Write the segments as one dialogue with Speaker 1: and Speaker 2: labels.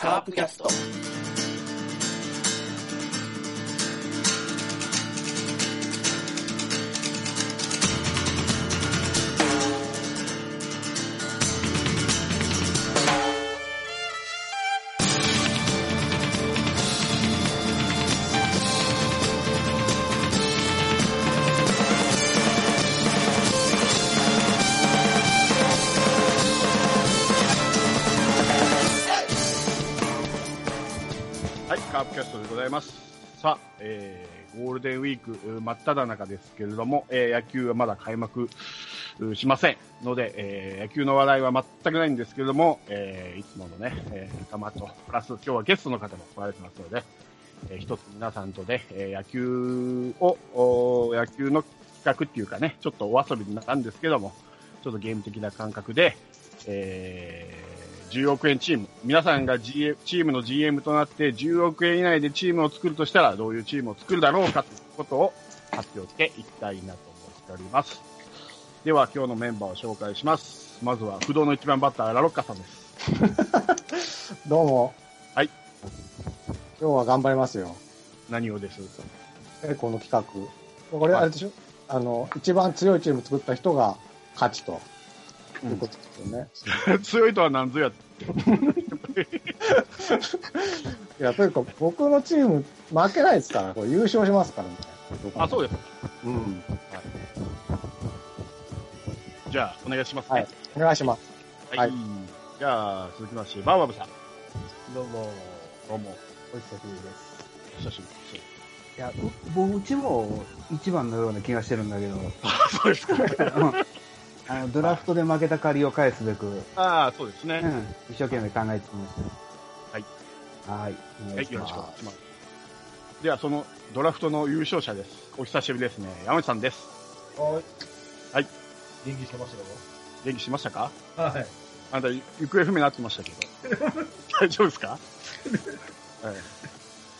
Speaker 1: カープキャスト。
Speaker 2: はい、カープキャストでございます。さあ、えー、ゴールデンウィークえー真っ只中ですけれども、えー野球はまだ開幕うしませんので、えー野球の話題は全くないんですけれども、えーいつものね、えー仲間と、プラス今日はゲストの方も来られてますので、えー一つ皆さんとで、えー野球を、おー野球の企画っていうかね、ちょっとお遊びになったんですけども、ちょっとゲーム的な感覚で、えー10億円チーム、皆さんが、GM、チームの GM となって10億円以内でチームを作るとしたら、どういうチームを作るだろうかということを発表していきたいなと思っております。では、今日のメンバーを紹介します。まずは、不動の一番バッター、ラロッカさんです。
Speaker 3: どうも。
Speaker 2: はい。
Speaker 3: 今日は頑張りますよ。
Speaker 2: 何をです
Speaker 3: えこの企画。これ、
Speaker 2: はい
Speaker 3: あれでしょ、あの、一番強いチーム作った人が勝ちと。
Speaker 2: う
Speaker 3: い
Speaker 2: ん
Speaker 3: うことですよね。
Speaker 2: 強いとは何ぞや。
Speaker 3: いや、というか、僕のチーム負けないですから、これ優勝しますからね。
Speaker 2: あ、そうです。
Speaker 3: う。うん。
Speaker 2: じゃあ、お願いします
Speaker 3: は
Speaker 2: ね
Speaker 3: い。。お願いします。
Speaker 2: は。
Speaker 3: はいい
Speaker 2: じゃあ、続きまして、バーバブさん。
Speaker 4: どうも、
Speaker 2: どうも、
Speaker 4: お久しぶりです。
Speaker 2: 久しぶりです。
Speaker 4: いや、う僕、うちも一番のような気がしてるんだけど、
Speaker 2: そうですか。
Speaker 4: うんあのドラフトで負けた借りを返すべく、うん、
Speaker 2: ああ、そうですね。
Speaker 4: 一生懸命考えてきました。
Speaker 2: はい。
Speaker 4: はい。お
Speaker 2: は
Speaker 4: 願
Speaker 2: い、
Speaker 4: し
Speaker 2: よろ
Speaker 4: ま
Speaker 2: し
Speaker 4: す
Speaker 2: くお願いします。では、そのドラフトの優勝者です。お久しぶりですね。山内さんです。
Speaker 5: はい。
Speaker 2: はい。
Speaker 5: 元気してましたよ。
Speaker 2: 元気しましたか
Speaker 5: はい。
Speaker 2: あなた、行方不明になってました けど。大丈夫ですか、はい、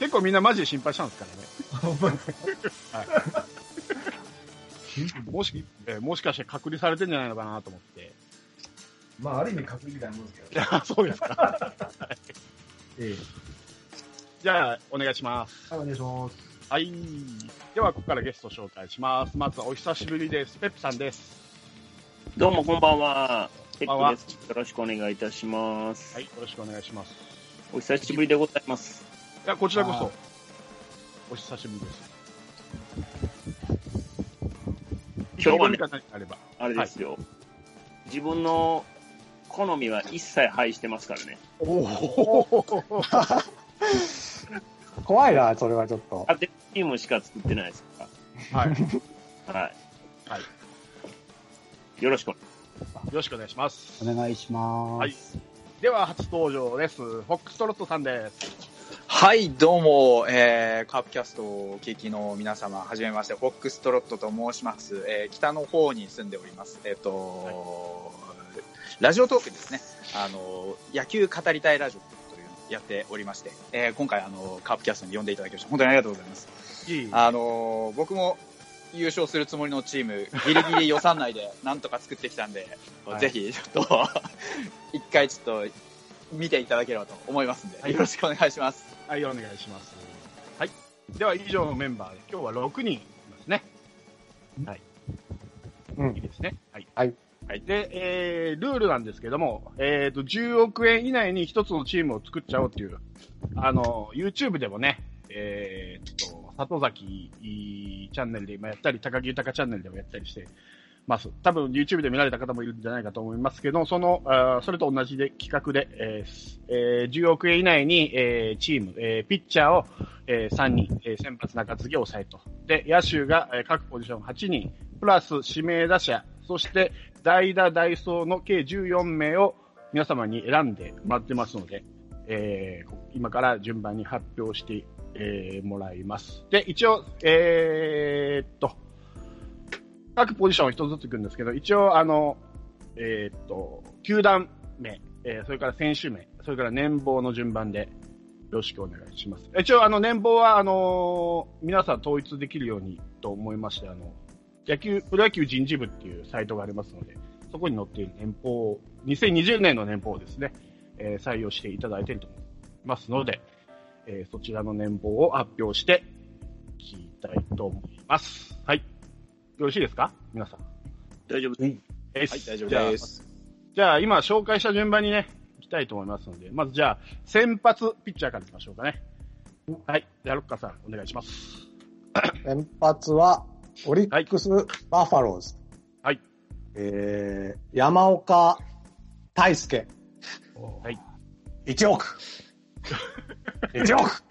Speaker 2: 結構みんなマジで心配したんですからね。はい、もし、えーもしかして隔離されてんじゃないのかなと思って。
Speaker 5: まあ、ある意味、確認みたいなもんですけど。
Speaker 2: あそうですか。
Speaker 5: え
Speaker 2: じゃあ、お願いします。
Speaker 5: え。はい、お願いします。
Speaker 2: はい。では、ここからゲスト紹介します。まずはお久しぶりです。ペップさんです。
Speaker 1: どうもこんばんは。テ
Speaker 2: こんばんは
Speaker 1: ックです。よろしくお願いいたします。
Speaker 2: はい、よろしくお願いします。
Speaker 1: お久しぶりでございます。
Speaker 2: いや、こちらこ
Speaker 4: あ
Speaker 2: そ。お久しぶりです。
Speaker 1: 今日はね
Speaker 2: 何か何かあれば。
Speaker 1: あれですよ。自分の好みは一切排してますからね。
Speaker 2: おお。
Speaker 3: 怖いな、それはちょっと。
Speaker 1: 勝てるチームしか作ってないですか
Speaker 2: はい。よ
Speaker 1: ら。はい。
Speaker 2: はい。
Speaker 1: よろしく。
Speaker 2: ろしくお願いします。
Speaker 4: お願いします。
Speaker 2: はいでは、初登場です。フォックストロットさんです。
Speaker 6: はい、どうも、えー、カープキャストをお聞きの皆様、はじめまして、フォックストロットと申します。えー、北の方に住んでおります。えっ、とラジオトークですね。あの野球語りたいラジオというのをやっておりまして、えー、今回、あのカープキャストに呼んでいただきまして、本当にありがとうございます。
Speaker 2: いい。
Speaker 6: あの僕も優勝するつもりのチーム、ギリギリ予算内で なんとか作ってきたんで、
Speaker 2: はい
Speaker 6: ぜひ、ちょっと、 一回ちょっと、見ていただければと思いますんで、
Speaker 2: はい
Speaker 6: よろしくお願いします。
Speaker 2: はい、お願いします。はい。では、以上のメンバーで、今日は6人いますね。はい。
Speaker 3: うん
Speaker 2: いいですね。はい。
Speaker 3: はい。
Speaker 2: はい、で、えー、ルールなんですけども、えっ、と、10億円以内に一つのチームを作っちゃおうっていう、あの、YouTube でもね、えー、と、里崎チャンネルで今やったり、高木豊チャンネルでもやったりしてます。多分 YouTube で見られた方もいるんじゃないかと思いますけど、その、あーそれと同じで企画で、えーすえー10億円以内に、えーチーム、えーピッチャーを、えー3人、えー先発中継ぎを抑えと。で、野手が、えー各ポジション8人、プラス指名打者、そして代打、代走の計14名を皆様に選んでもらってますので、えー今から順番に発表して、えーもらいます。で、一応、えーっと、各ポジションを一つずついくんですけど、一応、あの、えーっと、球団名、えーそれから選手名、それから年俸の順番で、よろしくお願いします。一応、あの、年俸は、あのー皆さん統一できるようにと思いまして、あの、野球、プロ野球人事部っていうサイトがありますので、そこに載っている年俸、2020年の年俸をですね、えー採用していただいていると思いますので、えーそちらの年俸を発表していきたいと思います。はい。よろしいですか皆さん。
Speaker 1: 大丈夫
Speaker 2: はい
Speaker 6: はい、大丈夫です。
Speaker 2: じゃあ今紹介した順番にね、いきたいと思いますので、まずじゃあ先発ピッチャーからいきましょうかね。はい。じゃあ、ロッカーさん、お願いします。
Speaker 3: 先発は、オリックス・バファローズ。
Speaker 2: はい。
Speaker 3: えー、山岡大輔。
Speaker 2: はい。
Speaker 3: 1億。1億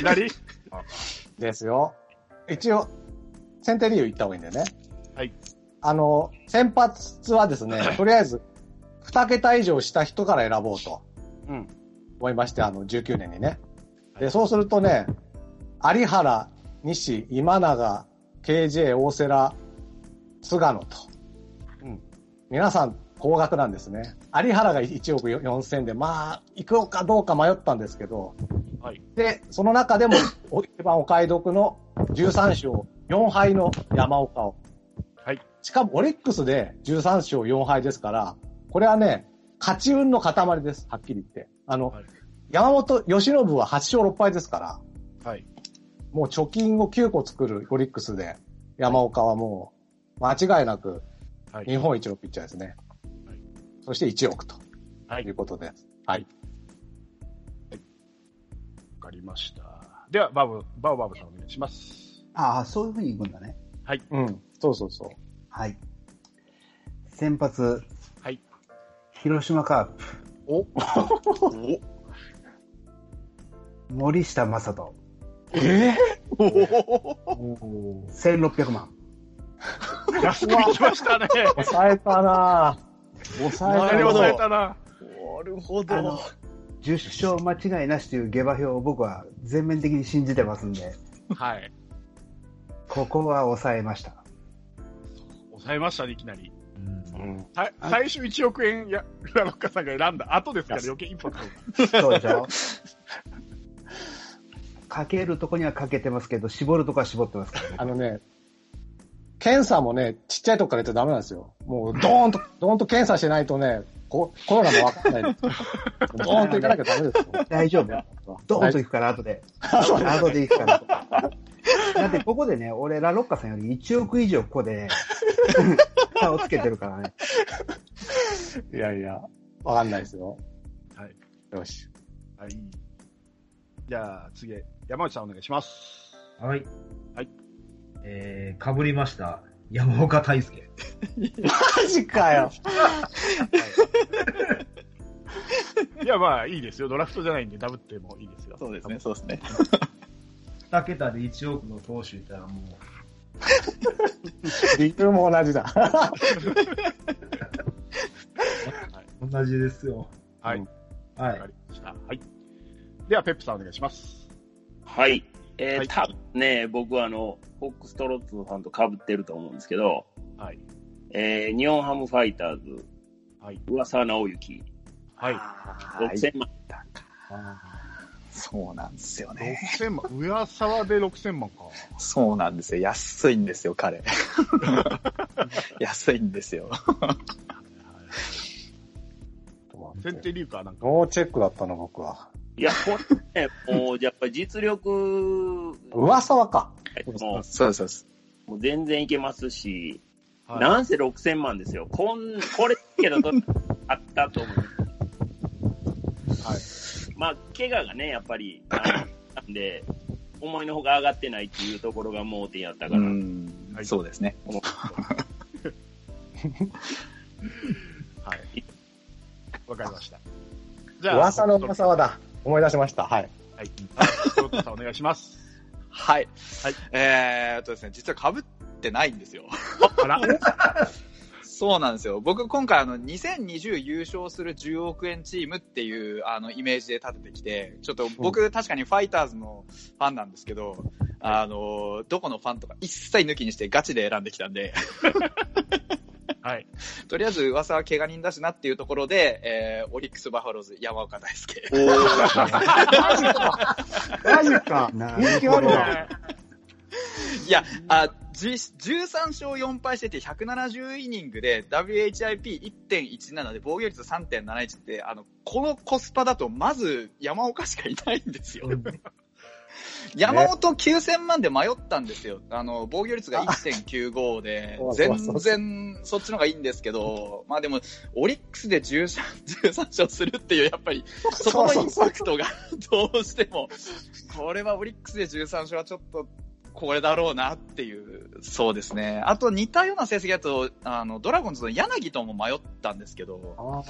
Speaker 2: 左
Speaker 3: ですよ。一応、センテリーグ行った方がいいんだよね。
Speaker 2: はい。
Speaker 3: あの、先発はです ね、とりあえず、2桁以上した人から選ぼうと
Speaker 2: うん。
Speaker 3: 思いまして、あの、19年にね。
Speaker 2: は
Speaker 3: で、
Speaker 2: い
Speaker 3: そうするとね、有原、西、今永、KJ、大瀬良、菅野と。
Speaker 2: うん
Speaker 3: 皆さん、高額なんですね。有原が1億4000で、まあ、行くかどうか迷ったんですけど、
Speaker 2: はい。
Speaker 3: で、その中でも、お一番お買い得の13勝4敗の山岡を。
Speaker 2: はい。
Speaker 3: しかも、オリックスで13勝4敗ですから、これはね、勝ち運の塊です、はっきり言って。あの、
Speaker 2: はい
Speaker 3: 山本由伸は8勝6敗ですから、
Speaker 2: はい。
Speaker 3: もう貯金を9個作るオリックスで、山岡はもう、間違いなく
Speaker 2: はい。
Speaker 3: 日本一のピッチャーですね。
Speaker 2: はい
Speaker 3: そして1億と
Speaker 2: はい
Speaker 3: い
Speaker 2: わ
Speaker 3: うことです。
Speaker 2: かりました。では、バブ、バオバブさんお願いします。
Speaker 4: ああ、そういうふうにいくんだね。
Speaker 3: うん。そうそうそう。
Speaker 4: はい。先発。
Speaker 2: はい。
Speaker 4: 広島カープ。
Speaker 2: おお
Speaker 4: 森下正人。
Speaker 3: え
Speaker 4: 1600万。
Speaker 2: 安 くいきましたね。
Speaker 3: え抑えたなぁ。抑えた
Speaker 2: あ
Speaker 3: な
Speaker 2: れ
Speaker 3: ぁ
Speaker 2: 抑えたな。
Speaker 6: なるほ
Speaker 4: あの。、10勝間違いなしという下馬評を僕は全面的に信じてますんで、
Speaker 2: はい。
Speaker 4: ここは抑えました。
Speaker 2: 抑えましたね、いきなり。
Speaker 3: うん
Speaker 2: はい最初1億円や、ラロッカさんが選んだ後ですから余計一歩か
Speaker 4: そうでし ょかけるとこにはかけてますけど、絞るとこは絞ってますからね。
Speaker 3: あのね、検査もね、ちっちゃいとこからやっちゃダメなんですよ。もう、ドーンと、ドーンと検査しないとね、ココロナもわかんないです。ドーンと行かなきゃダメですよ。
Speaker 4: 大丈 夫。ドーンと
Speaker 3: はい
Speaker 4: 行くから、後で。後で行くから。だって、ここでね、俺、ラロッカさんより1億以上ここ で、差をつけてるからね。
Speaker 3: いやいや、わかんないですよ。
Speaker 2: はい。
Speaker 3: よし。
Speaker 2: はい。じゃあ、次、山内さんお願いします。
Speaker 5: はい。
Speaker 2: はい。
Speaker 5: えー、かぶりました。山岡大輔。
Speaker 3: マジかよ。
Speaker 2: いや、まあ、いいですよ。ドラフトじゃないんで、ダブってもいいですよ。
Speaker 6: そうですね、。そうですね。
Speaker 5: 2桁で1億の投手いたらもう、
Speaker 3: 理由も同じだ。
Speaker 5: 同じですよ。
Speaker 2: はい。
Speaker 3: うん
Speaker 5: は
Speaker 2: わ
Speaker 5: い
Speaker 2: か。りました。はい。では、ペップさんお願いします。
Speaker 1: はい。えー
Speaker 2: はい
Speaker 1: 多分ね、僕はあの、フォックストロットさんと被ってると思うんですけど、
Speaker 2: はい。
Speaker 1: えー、日本ハムファイターズ、
Speaker 2: はい
Speaker 1: 噂直行、
Speaker 2: はい。
Speaker 1: 6000万、
Speaker 6: そうなんですよね。
Speaker 2: 6000万。上沢で6000万か。
Speaker 6: そうなんですよ。安いんですよ、 彼。安いんですよ。
Speaker 2: センテリーかなんか。
Speaker 3: ノーチェックだったの、僕は。
Speaker 1: いや、これね、 もう、やっぱり実力、
Speaker 3: 噂はか。
Speaker 1: も
Speaker 6: そうです、そうです。
Speaker 1: う、もう全然いけますし、
Speaker 2: はい
Speaker 1: なんせ6000万ですよ。こん、これけど、あったと思う。
Speaker 2: はい。
Speaker 1: まあ、怪我がね、やっぱり、あのなんで、思いのほか上がってないっていうところが盲点やったか
Speaker 6: う
Speaker 1: ら、
Speaker 6: ん
Speaker 2: は、い
Speaker 6: そうですね。
Speaker 2: はい。わかりました。じ
Speaker 3: 噂の噂はだ。思い出しました。はい。
Speaker 2: はい。あロッカさんお願いします。
Speaker 6: はい。
Speaker 2: はい
Speaker 6: えーっとですね、実は被ってないんですよ。
Speaker 2: あら。
Speaker 6: そうなんですよ。僕、今回、あの、2020優勝する10億円チームっていう、あの、イメージで立ててきて、ちょっと僕、確かにファイターズのファンなんですけど、あの、どこのファンとか一切抜きにしてガチで選んできたんで、
Speaker 2: はい。
Speaker 6: とりあえず噂は怪我人だしなっていうところで、えー、オリックスバファローズ、山岡大輔。
Speaker 3: マジか。マジか。
Speaker 4: な
Speaker 3: 人気あるわ
Speaker 2: はい
Speaker 6: いや、あ、じ13勝4敗してて170イニングで WHIP1.17 で防御率3.71って、あの、このコスパだとまず山岡しかいないんですよ。 山本9000万で迷ったんですよ。あの、防御率が1.95で
Speaker 3: あ、そう
Speaker 6: 全
Speaker 3: そう
Speaker 6: 然そっちの方がいいんですけど、まあでも、オリックスで13 13勝するっていう、やっぱり、そこのインパクトが どうしても、これはオリックスで13勝はちょっと、これだろうなっていう、そうですね。あと似たような成績だと、あの、ドラゴンズの柳とも迷ったんですけど、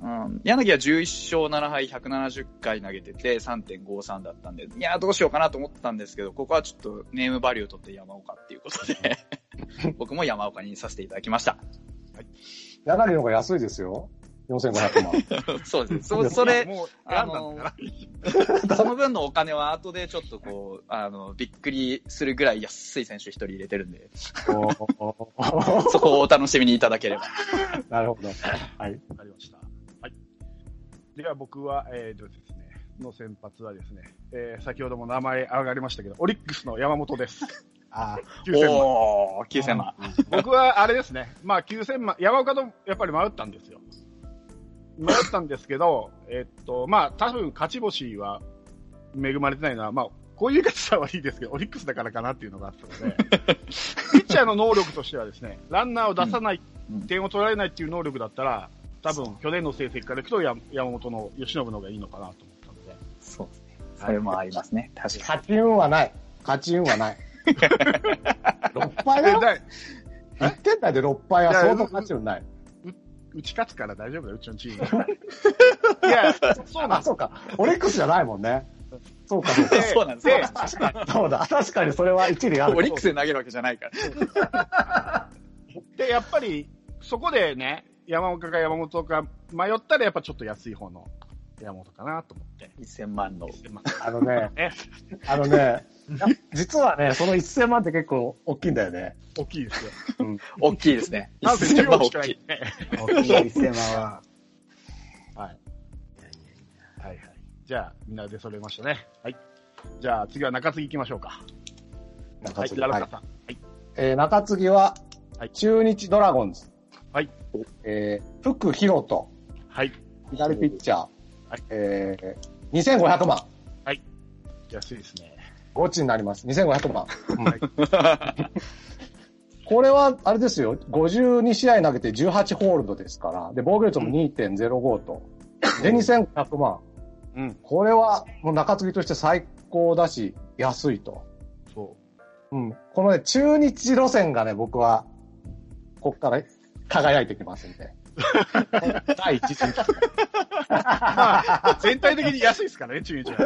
Speaker 3: あ
Speaker 6: うん、柳は11勝7敗170回投げてて3.53だったんで、いやー、どうしようかなと思ったんですけど、ここはちょっとネームバリューを取って山岡っていうことで、 僕も山岡にさせていただきました。
Speaker 3: 柳の方が安いですよ。4500 万。
Speaker 6: そうです。そ、それ、
Speaker 2: もう、
Speaker 6: あ
Speaker 2: 選んだん
Speaker 6: の
Speaker 2: だから。、
Speaker 6: その分のお金は後でちょっとこう、あの、びっくりするぐらい安い選手一人入れてるんで、 そこをお楽しみにいただければ。
Speaker 3: なるほど。はい。
Speaker 2: わかりました。はい。では僕は、えー、とですね、の先発はですね、えー、先ほども名前上がりましたけど、オリックスの山本です。
Speaker 4: あ
Speaker 2: 9000万。
Speaker 6: おー、9000万。
Speaker 2: 僕はあれですね、まあ9000万、山岡とやっぱり迷ったんですよ。迷ったんですけど、 えっと、まあ多分勝ち星は恵まれてないのは、まあこういう言い方したら悪いですけど、オリックスだからかなっていうのがあったの で、ピッチャーの能力としてはですね、ランナーを出さない、
Speaker 6: うんうん
Speaker 2: 点を取られないっていう能力だったら、多分去年の成績からいくとや山本の由伸の方がいいのかなと思ったので、
Speaker 6: そうですね。それもありますね。確かに。
Speaker 3: 勝ち運はない。勝ち運は ない。6敗だ
Speaker 2: で
Speaker 3: よ
Speaker 2: だい
Speaker 3: 1点台で6敗は相当勝ち運ない。
Speaker 2: 打ち勝つから大丈夫だよ、うちのチーム。 いや、そうなん
Speaker 3: あ、
Speaker 2: です
Speaker 3: そうか。オリックスじゃないもんね。そうか、そうか。
Speaker 6: そうなんです
Speaker 2: で
Speaker 3: そうだ。確かにそれは一理ある。
Speaker 6: オリックスで投げるわけじゃないから。
Speaker 2: で、やっぱり、そこでね、山岡か山本か迷ったら、やっぱちょっと安い方の山本かなと思って。
Speaker 6: 1000万の。
Speaker 3: あのね
Speaker 2: え、
Speaker 3: あのね、いや実はね、その1000万って結構大きいんだよね。
Speaker 2: 大きい ですよ。
Speaker 6: 大きいです ね。
Speaker 2: なんせ中
Speaker 6: 1000万
Speaker 2: 央
Speaker 6: 大
Speaker 2: しかな
Speaker 6: きい
Speaker 2: い。。ね。
Speaker 4: あ、大きい1000万は。
Speaker 2: はいはい。じゃあ、みんなで揃えましたね。はい。じゃあ、次は中継ぎ行きましょうか。
Speaker 3: 中
Speaker 2: はい、
Speaker 3: 継ぎ。
Speaker 2: ラル
Speaker 3: はい
Speaker 2: カさん。
Speaker 3: えー中継ぎは
Speaker 2: はい、
Speaker 3: 中日ドラゴンズ。
Speaker 2: はい。
Speaker 3: えー福博と、
Speaker 2: はい。
Speaker 3: 左ピッチャー。
Speaker 2: はい
Speaker 3: えー、2500万。
Speaker 2: 安いですね。
Speaker 3: ゴチになります。2500万。
Speaker 2: はい。
Speaker 3: これは、あれですよ。52試合投げて18ホールドですから。で、防御率も2.05と。で、2500万。
Speaker 2: うん。
Speaker 3: これは、もう中継ぎとして最高だし、安いと。
Speaker 2: そ
Speaker 3: うん。このね、中日路線がね、僕は、こっから輝いてきますんで。第一陣。
Speaker 2: う。まあ、全体的に安いですからね、中日は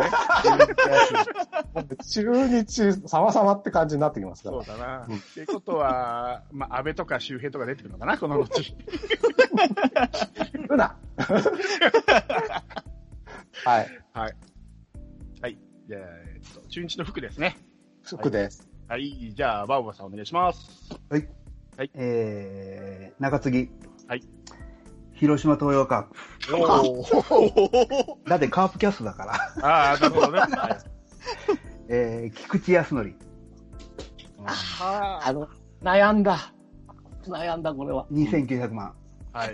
Speaker 2: ね。
Speaker 3: 中日様々って感じになってきますか
Speaker 2: そ
Speaker 3: ら
Speaker 2: う。だな。
Speaker 3: うん
Speaker 2: ってことは、まあ、安倍とか周平とか出てくるのかな、この後。
Speaker 3: 言うな はい。
Speaker 2: はい。じゃあ、えっと、中日の服ですね。
Speaker 3: 福です。
Speaker 2: はい。じゃあ、バオバさんお願いします。
Speaker 4: えー、中継ぎ。
Speaker 2: はい。
Speaker 4: 広島東洋カープ。
Speaker 2: おお。
Speaker 4: だってカープキャストだから。
Speaker 2: ああ、なるほどね。 はい
Speaker 4: えー、菊池康則。
Speaker 3: あの、悩んだ。悩んだ、これは。
Speaker 4: 2900万。
Speaker 2: はい。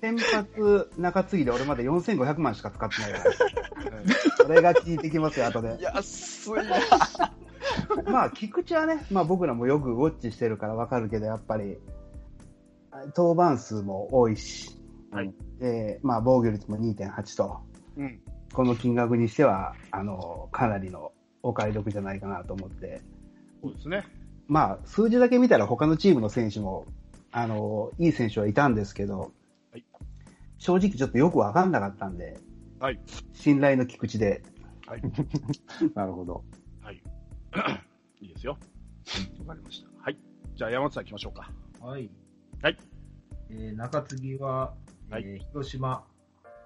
Speaker 4: 先発中継ぎで俺まだ4500万しか使ってないから。それが効いてきますよ、後で。
Speaker 6: 安い
Speaker 4: まあ、菊池はね、まあ僕らもよくウォッチしてるからわかるけど、やっぱり、登板数も多いし、
Speaker 2: はい
Speaker 4: で、まあ防御率も2.8と、
Speaker 2: うん。
Speaker 4: この金額にしては、あの、かなりのお買い得じゃないかなと思って、
Speaker 2: そうですね。
Speaker 4: まあ、数字だけ見たら他のチームの選手も、あの、いい選手はいたんですけど、
Speaker 2: はい
Speaker 4: 正直ちょっとよくわかんなかったんで、
Speaker 2: はい
Speaker 4: 信頼の菊池で、
Speaker 2: はい。
Speaker 3: なるほど。
Speaker 2: はい。いいですよ。わかりました。はい。じゃあ、山本さん行きましょうか。
Speaker 5: はい。
Speaker 2: はい。
Speaker 5: えー、中継ぎは、えー
Speaker 2: は
Speaker 5: 広島、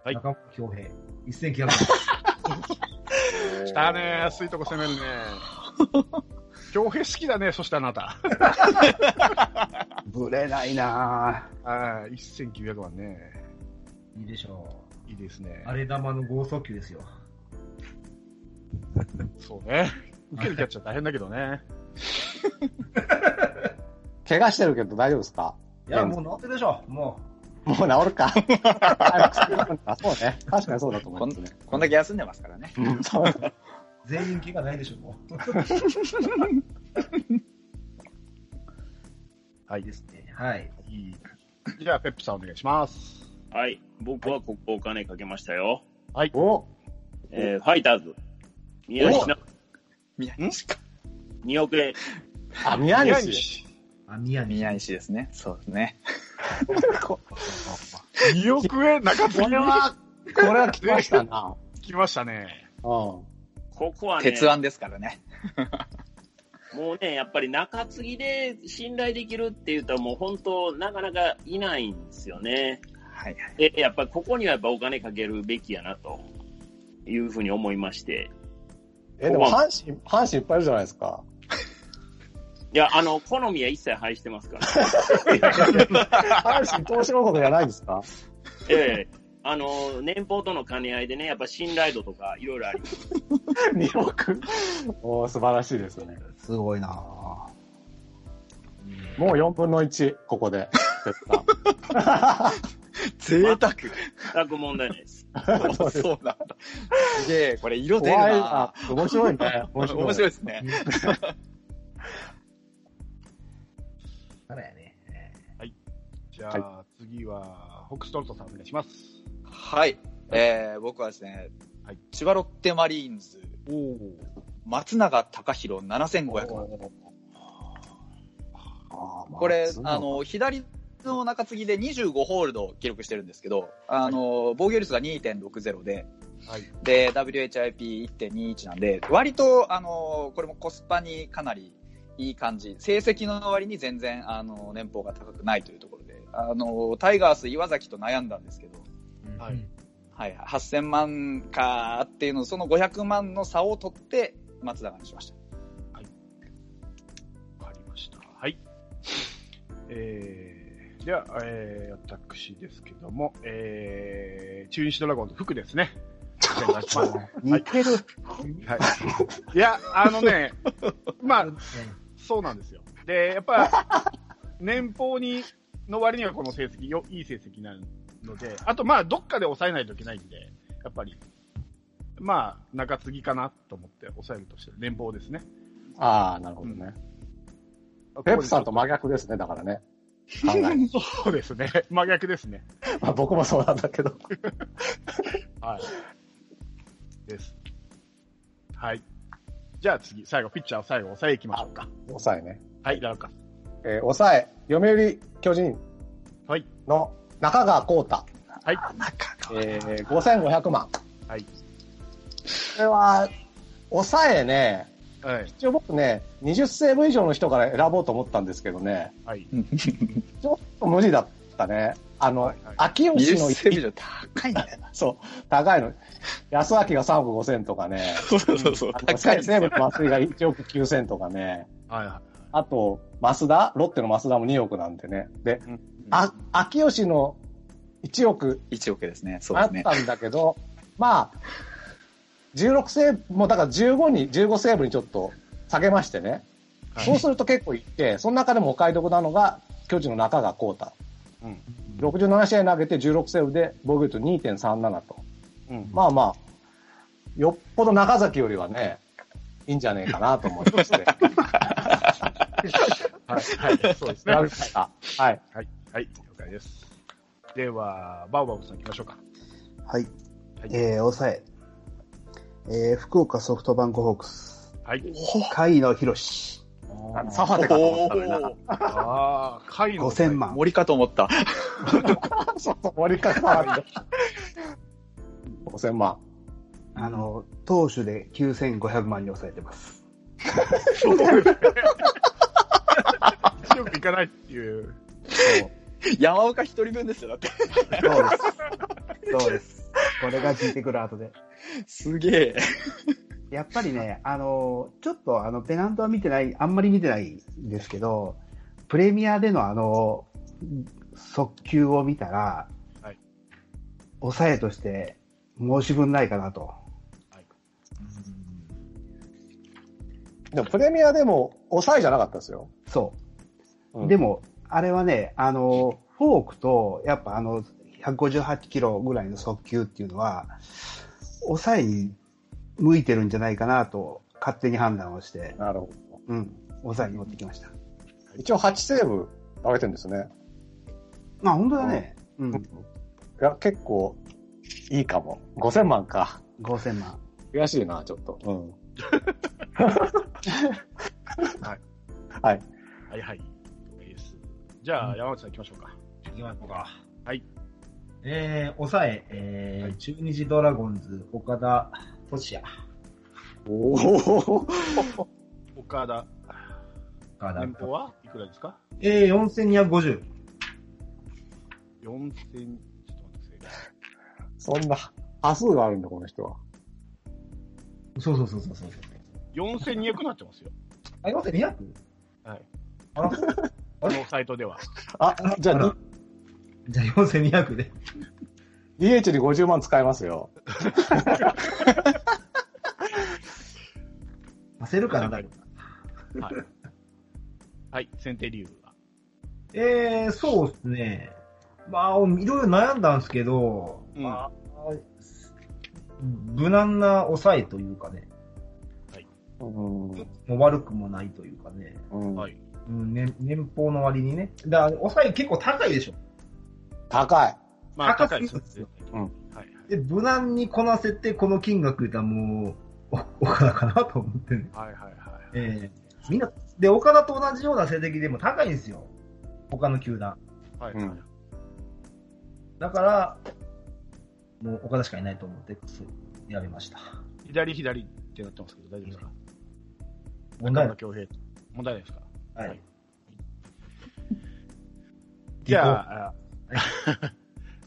Speaker 2: はい
Speaker 5: 中村恭平、1900万。
Speaker 2: 来たね。安いとこ攻めるね。 強兵好きだね、そしてあなた。
Speaker 4: ぶれないなぁ。
Speaker 2: ああ、1900万ね。
Speaker 5: いいでしょ
Speaker 2: いいですね
Speaker 5: う。。荒れ玉の豪速球ですよ。
Speaker 2: そうね。受けるキャッチャー大変だけどね。
Speaker 3: 怪我してるけど大丈夫ですか
Speaker 5: いや、もう治ってるでしょ。も
Speaker 3: もう治るか早く治るかそうね。確かにそうだと思
Speaker 6: こ
Speaker 3: い
Speaker 6: ん
Speaker 3: ますね。
Speaker 6: こんだけ休んでますからね。
Speaker 3: うんそう
Speaker 5: う、全員気がないでしょ、もう。
Speaker 2: はい。
Speaker 5: ですね。はい。
Speaker 2: じゃあ、ペップさんお願いします。
Speaker 1: はい。僕はここお金かけましたよ。
Speaker 3: お
Speaker 1: えー、ファイターズ。宮西の
Speaker 6: 宮西か。
Speaker 1: 2億円。
Speaker 3: あ、宮西。
Speaker 5: あ、宮城。
Speaker 6: 宮西ですね。そうですね。
Speaker 2: 2億円中継
Speaker 3: これは、これは来ましたな。
Speaker 2: ぎ来ましたね。
Speaker 3: うん。
Speaker 1: ここはね、
Speaker 6: 鉄腕ですからね。
Speaker 1: もうね、やっぱり中継ぎで信頼できるっていうと、もう本当、なかなかいないんですよね。
Speaker 6: はいはい。
Speaker 1: で、やっぱりここにはやっぱお金かけるべきやなというふうに思いまして。
Speaker 3: え、でも阪神、阪神いっぱいいるじゃないですか。
Speaker 1: いや、あの、好みは一切廃してますから。
Speaker 3: 阪神投資のことじゃないですか
Speaker 1: ええあの、年俸との兼ね合いでね、やっぱ信頼度とかいろいろあります。
Speaker 3: ?2 億。おー素晴らしいですよね。
Speaker 4: すごいなぁ
Speaker 3: もう4分の1、ここで。絶対
Speaker 6: 贅沢。
Speaker 1: 全く問題ないです。
Speaker 6: そう そうなんだ。すげえ、これ色出る
Speaker 3: 怖い
Speaker 6: な
Speaker 3: な。。面白いね。面
Speaker 6: 面
Speaker 3: 白い。
Speaker 6: 白いですね。
Speaker 5: からやね。
Speaker 2: じゃあ、次は、ホックストロットさんお願いします。
Speaker 6: はい。えー、僕はですね、
Speaker 2: はい
Speaker 6: 千葉ロッテマリーンズ、
Speaker 2: おお。
Speaker 6: 松永隆弘7500万。
Speaker 3: あーまあ
Speaker 6: これ
Speaker 3: そ、うな
Speaker 6: あ
Speaker 3: の、
Speaker 6: の、左の中継ぎで25ホールドを記録してるんですけど、あの、防御率が2.60で、
Speaker 2: はい
Speaker 6: で、WHIP1.21 なんで、割と、あの、これもコスパにかなりいい感じ、成績の割に全然、あの、年俸が高くないというところで、あの、タイガース岩崎と悩んだんですけど、
Speaker 2: はい
Speaker 5: うん。
Speaker 6: はい、8000万かっていうの、その500万の差を取って、松永にしました。
Speaker 2: わかりました。はい。えー、では、えー、私ですけども、えー、中日ドラゴンズ福です ね。お願いします
Speaker 4: 似てる。
Speaker 2: はい。いや、あの ね、まあ、そうなんですよ。で、やっぱ、年俸に、の割にはこの成績、よ、いい成績になるので、あとまあ、どっかで抑えないといけないんで、やっぱり、まあ、中継ぎかなと思って抑えるとして、年俸ですね。
Speaker 3: ああ、なるほどね。ペップさんと真逆ですね、だからね。考え
Speaker 2: そうですね。真逆ですね。
Speaker 3: まあ僕もそうなんだけど。
Speaker 2: はい。です。はい。じゃあ次、最後、ピッチャーを最後、抑えいきましょうか。
Speaker 3: 抑えね。
Speaker 2: はい、ラウカ。
Speaker 3: えー抑え、読売巨人
Speaker 2: はい。
Speaker 3: の中川幸太。
Speaker 2: はい。
Speaker 3: えー、5500万。
Speaker 2: はい。
Speaker 3: これは、抑えね、
Speaker 2: はい。
Speaker 3: 一応僕ね、20セーブ以上の人から選ぼうと思ったんですけどね、
Speaker 2: はい。
Speaker 3: ちょっと無理だったね。あの、
Speaker 2: はいはい
Speaker 3: 秋吉の
Speaker 6: 20セーブ以上高いんだよな。
Speaker 3: そう、高いの。安明が3億5千と かね。
Speaker 6: そうそうそう。
Speaker 3: あの西武の松井が1億9千とかね。
Speaker 2: はいは
Speaker 3: あと、増田、ロッテの増田も2億なんでね。で、
Speaker 6: あ
Speaker 3: あ、秋吉の1億
Speaker 6: 1億ですね。そうで
Speaker 3: あっ
Speaker 6: すね。
Speaker 3: たんだけど、まあ、16セーブ、もうだから15に、15セーブにちょっと下げましてね。
Speaker 2: はい
Speaker 3: そうすると結構いって、その中でもお買い得なのが、巨人の中川幸太。
Speaker 2: い。うん。
Speaker 3: 67試合投げて16セーブで、防御率2.37と。
Speaker 2: うん。
Speaker 3: まあまあ、よっぽど中崎よりはね、いいんじゃねえかなと思い まして。
Speaker 2: はい。はい。そうですね。
Speaker 3: 選
Speaker 2: は
Speaker 3: びま
Speaker 2: い。
Speaker 3: したはい。
Speaker 2: はい。了解です。では、バオバブさん行きましょうか。
Speaker 4: はい。
Speaker 2: はい
Speaker 4: えー、抑え。えー、福岡ソフトバンクホークス。
Speaker 2: はい。
Speaker 4: 甲斐野博士。
Speaker 3: サファテかと思ったのにな。
Speaker 2: ああ、回の。
Speaker 4: 5000。万。
Speaker 6: 森かと思った。
Speaker 3: そうそう、森川さんだ。5000万。
Speaker 4: あの、投手で9500万に抑えてます。
Speaker 2: 1億いかないっていう。
Speaker 6: 山岡一人分ですよ、だって。
Speaker 4: そうです。 そうです。これが効いてくる後で。
Speaker 6: すげえ。
Speaker 4: やっぱりね、あの、ちょっとあの、ペナントは見てない、あんまり見てないんですけど、プレミアでのあの、速球を見たら、
Speaker 2: はい
Speaker 4: 抑えとして申し分ないかなと。
Speaker 3: でもプレミアでも抑えじゃなかったですよ。
Speaker 4: そう。
Speaker 3: うん
Speaker 4: でも、あれはね、あの、フォークと、やっぱあの、158キロぐらいの速球っていうのは、抑えに向いてるんじゃないかなと、勝手に判断をして、
Speaker 3: なるほど。
Speaker 4: うん、抑えに持ってきました。
Speaker 3: 一応8セーブ上げてるんですね。
Speaker 4: まあ、本当だね。う
Speaker 3: い
Speaker 4: ん、
Speaker 3: や、結構いいかも。5000万か。
Speaker 4: 5000万。
Speaker 3: 悔しいな、ちょっと。うん。
Speaker 2: はいはい。エースじゃあ、山口さん行きましょうか。
Speaker 5: いきましょうか。
Speaker 2: はい。
Speaker 5: えー、抑え、えー、中日ドラゴンズ、岡田俊也。
Speaker 3: おお。
Speaker 2: 岡田、
Speaker 5: 岡田
Speaker 2: 年俸はいくらですか
Speaker 5: えー、4250。
Speaker 2: ?4000、ちょっと待ってください。
Speaker 3: そんな、波数があるんだ、この人は。
Speaker 5: そうそうそうそうそう。
Speaker 2: 4200になってますよ。
Speaker 5: あ、4200?
Speaker 2: はい。
Speaker 5: あら、
Speaker 2: このサイトでは。
Speaker 3: あ、じゃ
Speaker 5: あ
Speaker 3: あ
Speaker 5: ら、 じゃあ4200で。
Speaker 3: DH に50万使いますよ。
Speaker 5: 焦るかな、だいぶ
Speaker 2: はい。はい、選定理由は。
Speaker 5: えー、そうですね。まあ、いろいろ悩んだんですけど、
Speaker 2: うん
Speaker 5: まあ、無難な抑えというかね、
Speaker 3: うん。
Speaker 5: もう悪くもないというかね、
Speaker 3: うん
Speaker 2: はい。
Speaker 5: うん、年年俸の割にね。だから抑え結構高いでしょ。
Speaker 3: 高い。
Speaker 2: まあ、高
Speaker 5: 高
Speaker 2: い
Speaker 5: い
Speaker 2: で
Speaker 5: ですす
Speaker 2: よ
Speaker 5: よ
Speaker 2: ね。
Speaker 3: うん
Speaker 2: はい
Speaker 5: で、無難にこなせて、この金額言ったらもう、お 岡田かなと思ってね。
Speaker 2: はい。はいはいはい。
Speaker 5: ええみんな、で、岡田と同じような成績でも高いんですよ。他の球団。
Speaker 2: はい、
Speaker 3: うん
Speaker 2: はい
Speaker 5: だから、もう岡田しかいないと思って、そうやめました。
Speaker 2: 左左ってなってますけど、大丈夫ですか
Speaker 5: 問題
Speaker 2: 中
Speaker 5: な
Speaker 2: 村恭平。問題ないですか
Speaker 5: い。はい。
Speaker 2: じゃあ、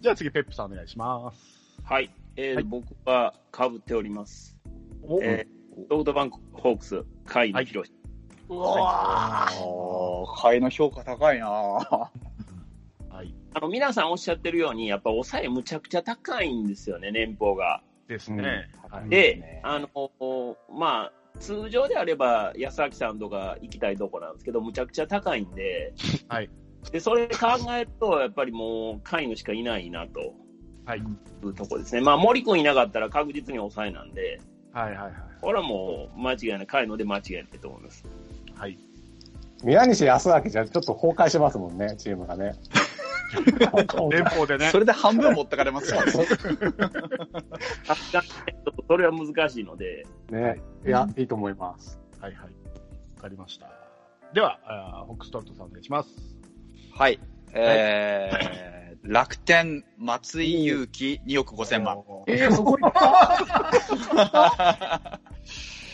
Speaker 2: じゃあ次、ペップさんお願いします。
Speaker 1: はい。えー
Speaker 2: はい
Speaker 1: 僕は被っております。
Speaker 2: お
Speaker 1: えーソフトバンクホークス、甲斐野博士。
Speaker 6: うわー、買いの評価高いなぁ
Speaker 2: はい。
Speaker 1: あの、皆さんおっしゃってるように、やっぱ抑えむちゃくちゃ高いんですよね、年俸が。
Speaker 2: ですね。はい。
Speaker 1: で、
Speaker 6: ね
Speaker 1: あの、まあ、通常であれば、安明さんとか行きたいとこなんですけど、むちゃくちゃ高いんで、
Speaker 2: はい
Speaker 1: で、それ考えると、やっぱりもう、飼い主しかいないなと
Speaker 2: はい。
Speaker 1: いうとこですね。まあ、森君いなかったら確実に抑えなんで、
Speaker 2: はいはいはい。
Speaker 1: これはもう、間違いない、飼いので間違いないと思います。
Speaker 2: はい。
Speaker 3: 宮西康明じゃちょっと崩壊しますもんね、チームが ね。
Speaker 2: 連邦でね
Speaker 6: そ。れで半分持ってかれますよ。
Speaker 1: あだちょっとそれは難しいので、
Speaker 3: ね。いや、いいと思います。
Speaker 2: はいはい。わかりました。では、あーホックストロットさんお願いします。
Speaker 6: はい。えー、楽天、松井裕樹、2億5000万。
Speaker 3: えー、そこ行った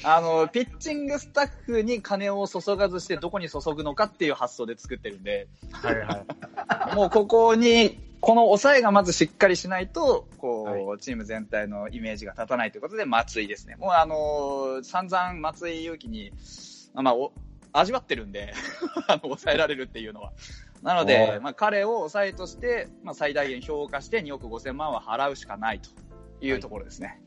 Speaker 6: あの、ピッチングスタッフに金を注がずしてどこに注ぐのかっていう発想で作ってるんで、
Speaker 2: はい はい。
Speaker 6: もうここに、この抑えがまずしっかりしないと、こう、チーム全体のイメージが立たないということで、松井ですね。もうあのー散々松井勇気に、まあ、お味わってるんで、 あの、抑えられるっていうのは。なの
Speaker 3: お
Speaker 6: で
Speaker 3: い、
Speaker 6: まあ、彼を抑えとして、まあ、最大限評価して2億5000万は払うしかないというところですね。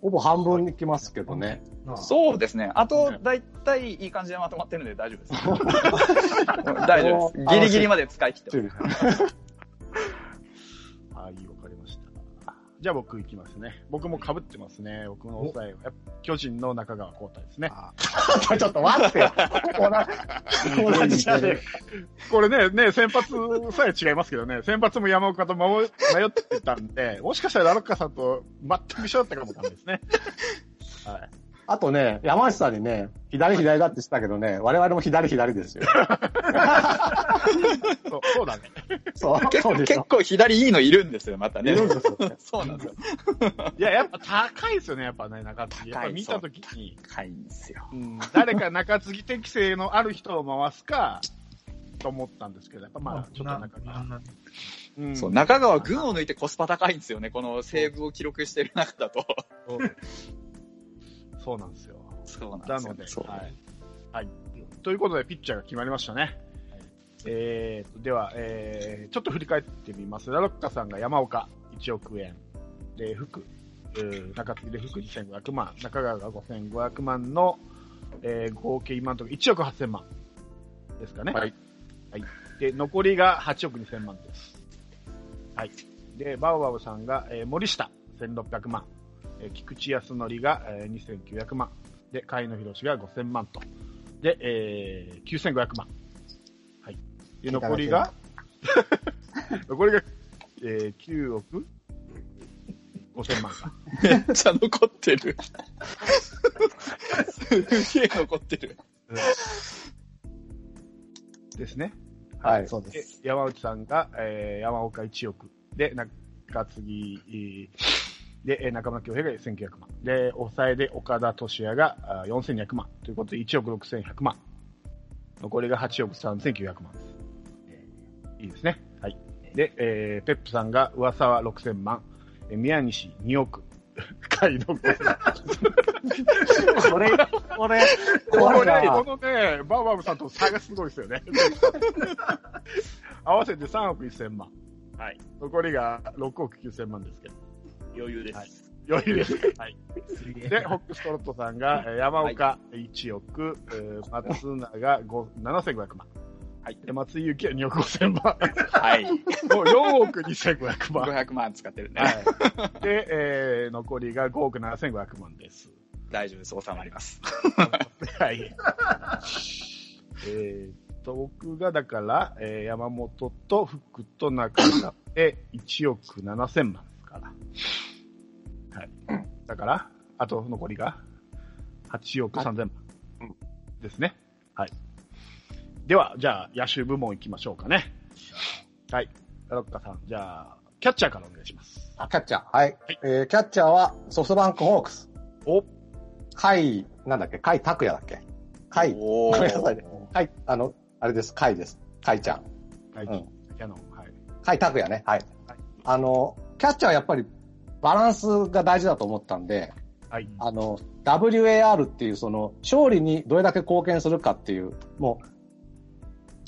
Speaker 3: ほぼ半分に来ますけどね。
Speaker 5: なあ
Speaker 6: そうですね。あと、だいたいいい感じでまとまってるんで大丈夫 です。大丈夫です。ギリギリまで使い切ってます。
Speaker 2: はい、わかりました。じゃあ僕行きますね。僕も被ってますね。僕の抑えは。やっぱ巨人の中川幸太ですね。
Speaker 3: ちょっと待ってよ。同じ同じじゃねえか
Speaker 2: これね、ね、先発さえ違いますけどね、先発も山岡と迷ってたんで、もしかしたらラロッカさんと全く一緒だったかもわかんないですね。はい。
Speaker 3: あとね、山内さんにね、左左だってしたけどね、我々も左左ですよ。
Speaker 2: そうそうだね。
Speaker 3: そう、
Speaker 6: 結
Speaker 3: そう
Speaker 6: 構、
Speaker 3: でし
Speaker 6: 結
Speaker 3: ょ。
Speaker 6: 構左いいのいるんですよ、また
Speaker 3: い
Speaker 6: ね。
Speaker 3: るんですよ。
Speaker 6: そうなんですよ。
Speaker 2: いや、やっぱ高いですよね、やっぱね、中継ぎ。やっぱ見たときに、
Speaker 6: 高いんですよ。
Speaker 2: うん誰か中継ぎ適性のある人を回すか、と思ったんですけど、やっぱまあ、ちょっと中
Speaker 5: な
Speaker 2: 川。
Speaker 5: な
Speaker 2: うん
Speaker 6: そう、中川群を抜いてコスパ高いんですよね、このセーブを記録してる中だと。
Speaker 2: そうなんですよ。
Speaker 6: そうなん
Speaker 2: な
Speaker 6: ですよ
Speaker 2: の
Speaker 6: ね
Speaker 2: で、
Speaker 6: そう
Speaker 2: はい。はい。ということで、ピッチャーが決まりましたね。えーと、では、えー、ちょっと振り返ってみます。ラロッカさんが山岡、1億円。で、福、ええー中継ぎで福2500万、中川が5500万の、えー合計今のところ1億8000万ですかね。
Speaker 6: はい。
Speaker 2: はい。で、残りが8億2000万です。はい。で、バオバオさんが、えー森下1600万、えー菊池康則が、えー2900万、で、甲斐野博が5000万と、で、えー9500万。はい。で、残りが、残りが、えー9億5000万か。
Speaker 6: めっちゃ残ってる。すげえ残ってる。
Speaker 2: ですね。
Speaker 3: はい。
Speaker 4: そうで。
Speaker 2: です山内さんが、えー山岡1億。で、中継ぎ、えーで、えー中村恭平が1900万。で、抑えで岡田俊也があー4200万。ということで、1億6100万。残りが8億3900万です。いいですね。はい。で、えーペップさんが上沢6000万。えー宮西2億。 海野5億。
Speaker 3: これ、これ、
Speaker 2: こ
Speaker 3: 怖い
Speaker 2: れ、
Speaker 3: な
Speaker 2: こ。のね、バーバブさんと差がすごいですよね。 合わせて3億1000万。
Speaker 1: はい。
Speaker 2: 残りが6億9000万ですけど。
Speaker 1: 余裕です。
Speaker 2: はい余裕です。はい。
Speaker 5: すげえ
Speaker 2: で、ホックストロットさんが、えー山岡1億、えー松永5 7500万。
Speaker 6: はい。
Speaker 2: で、松井幸は2億5000万。
Speaker 6: はい。
Speaker 2: もう4億2500万。
Speaker 6: 500万使ってるね。
Speaker 2: はい。で、えー残りが5億7500万です。
Speaker 6: 大丈夫です。収まります。
Speaker 2: はい。えーっと、僕がだから、えー山本と福と中田で1億7000万ですから。はい。だから、あと残りが8億3000万ですね。はい。では、じゃあ、野手部門行きましょうかね。はい。ラロッカさん、じゃあ、キャッチャーからお願いします。
Speaker 3: キャッチャー。はい。えーキャッチャーはソフトバンクホークス。
Speaker 2: お、
Speaker 3: 甲斐、なんだっけ甲斐拓也だっけ甲斐。
Speaker 6: お
Speaker 3: ごめんなさい
Speaker 6: ー
Speaker 3: ね。甲斐、あの、あれです。甲斐です。甲斐ちゃん。
Speaker 2: はい。
Speaker 3: うん
Speaker 2: キャノン、はい。
Speaker 3: 甲斐拓也ね。はい。あの、キャッチャーはやっぱりバランスが大事だと思ったんで、
Speaker 2: はい。
Speaker 3: あの、WAR っていうその、勝利にどれだけ貢献するかっていう、もう、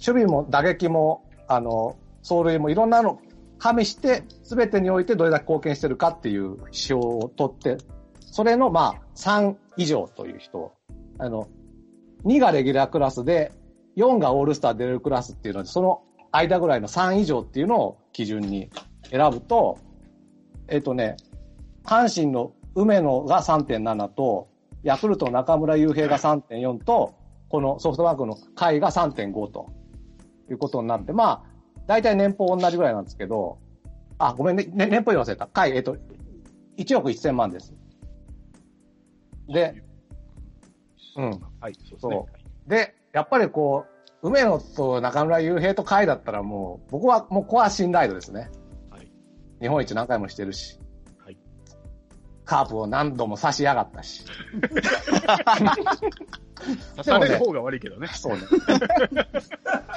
Speaker 3: 守備も打撃も、あの、走塁もいろんなの加味して、すべてにおいてどれだけ貢献してるかっていう指標を取って、それの、まあ、3以上という人を、あの、2がレギュラークラスで、4がオールスター出れるクラスっていうので、その間ぐらいの3以上っていうのを基準に選ぶと、えっとね、阪神の梅野が3.7と、ヤクルトの中村悠平が3.4と、このソフトバンクの甲斐が3.5ということになって、まあ、大体年俸同じぐらいなんですけど、あ、ごめんね、ね年俸言わせた。甲斐、えっと、1億1000万です。で、うん。
Speaker 2: はい、そうですね。
Speaker 3: そうで、やっぱりこう、梅野と中村悠平と甲斐だったらもう、僕はもうここは信頼度ですね。
Speaker 2: はい
Speaker 3: 日本一何回もしてるし。
Speaker 2: はい
Speaker 3: カープを何度も刺しやがったし。
Speaker 2: 刺される方が悪いけどね。
Speaker 3: そう ね。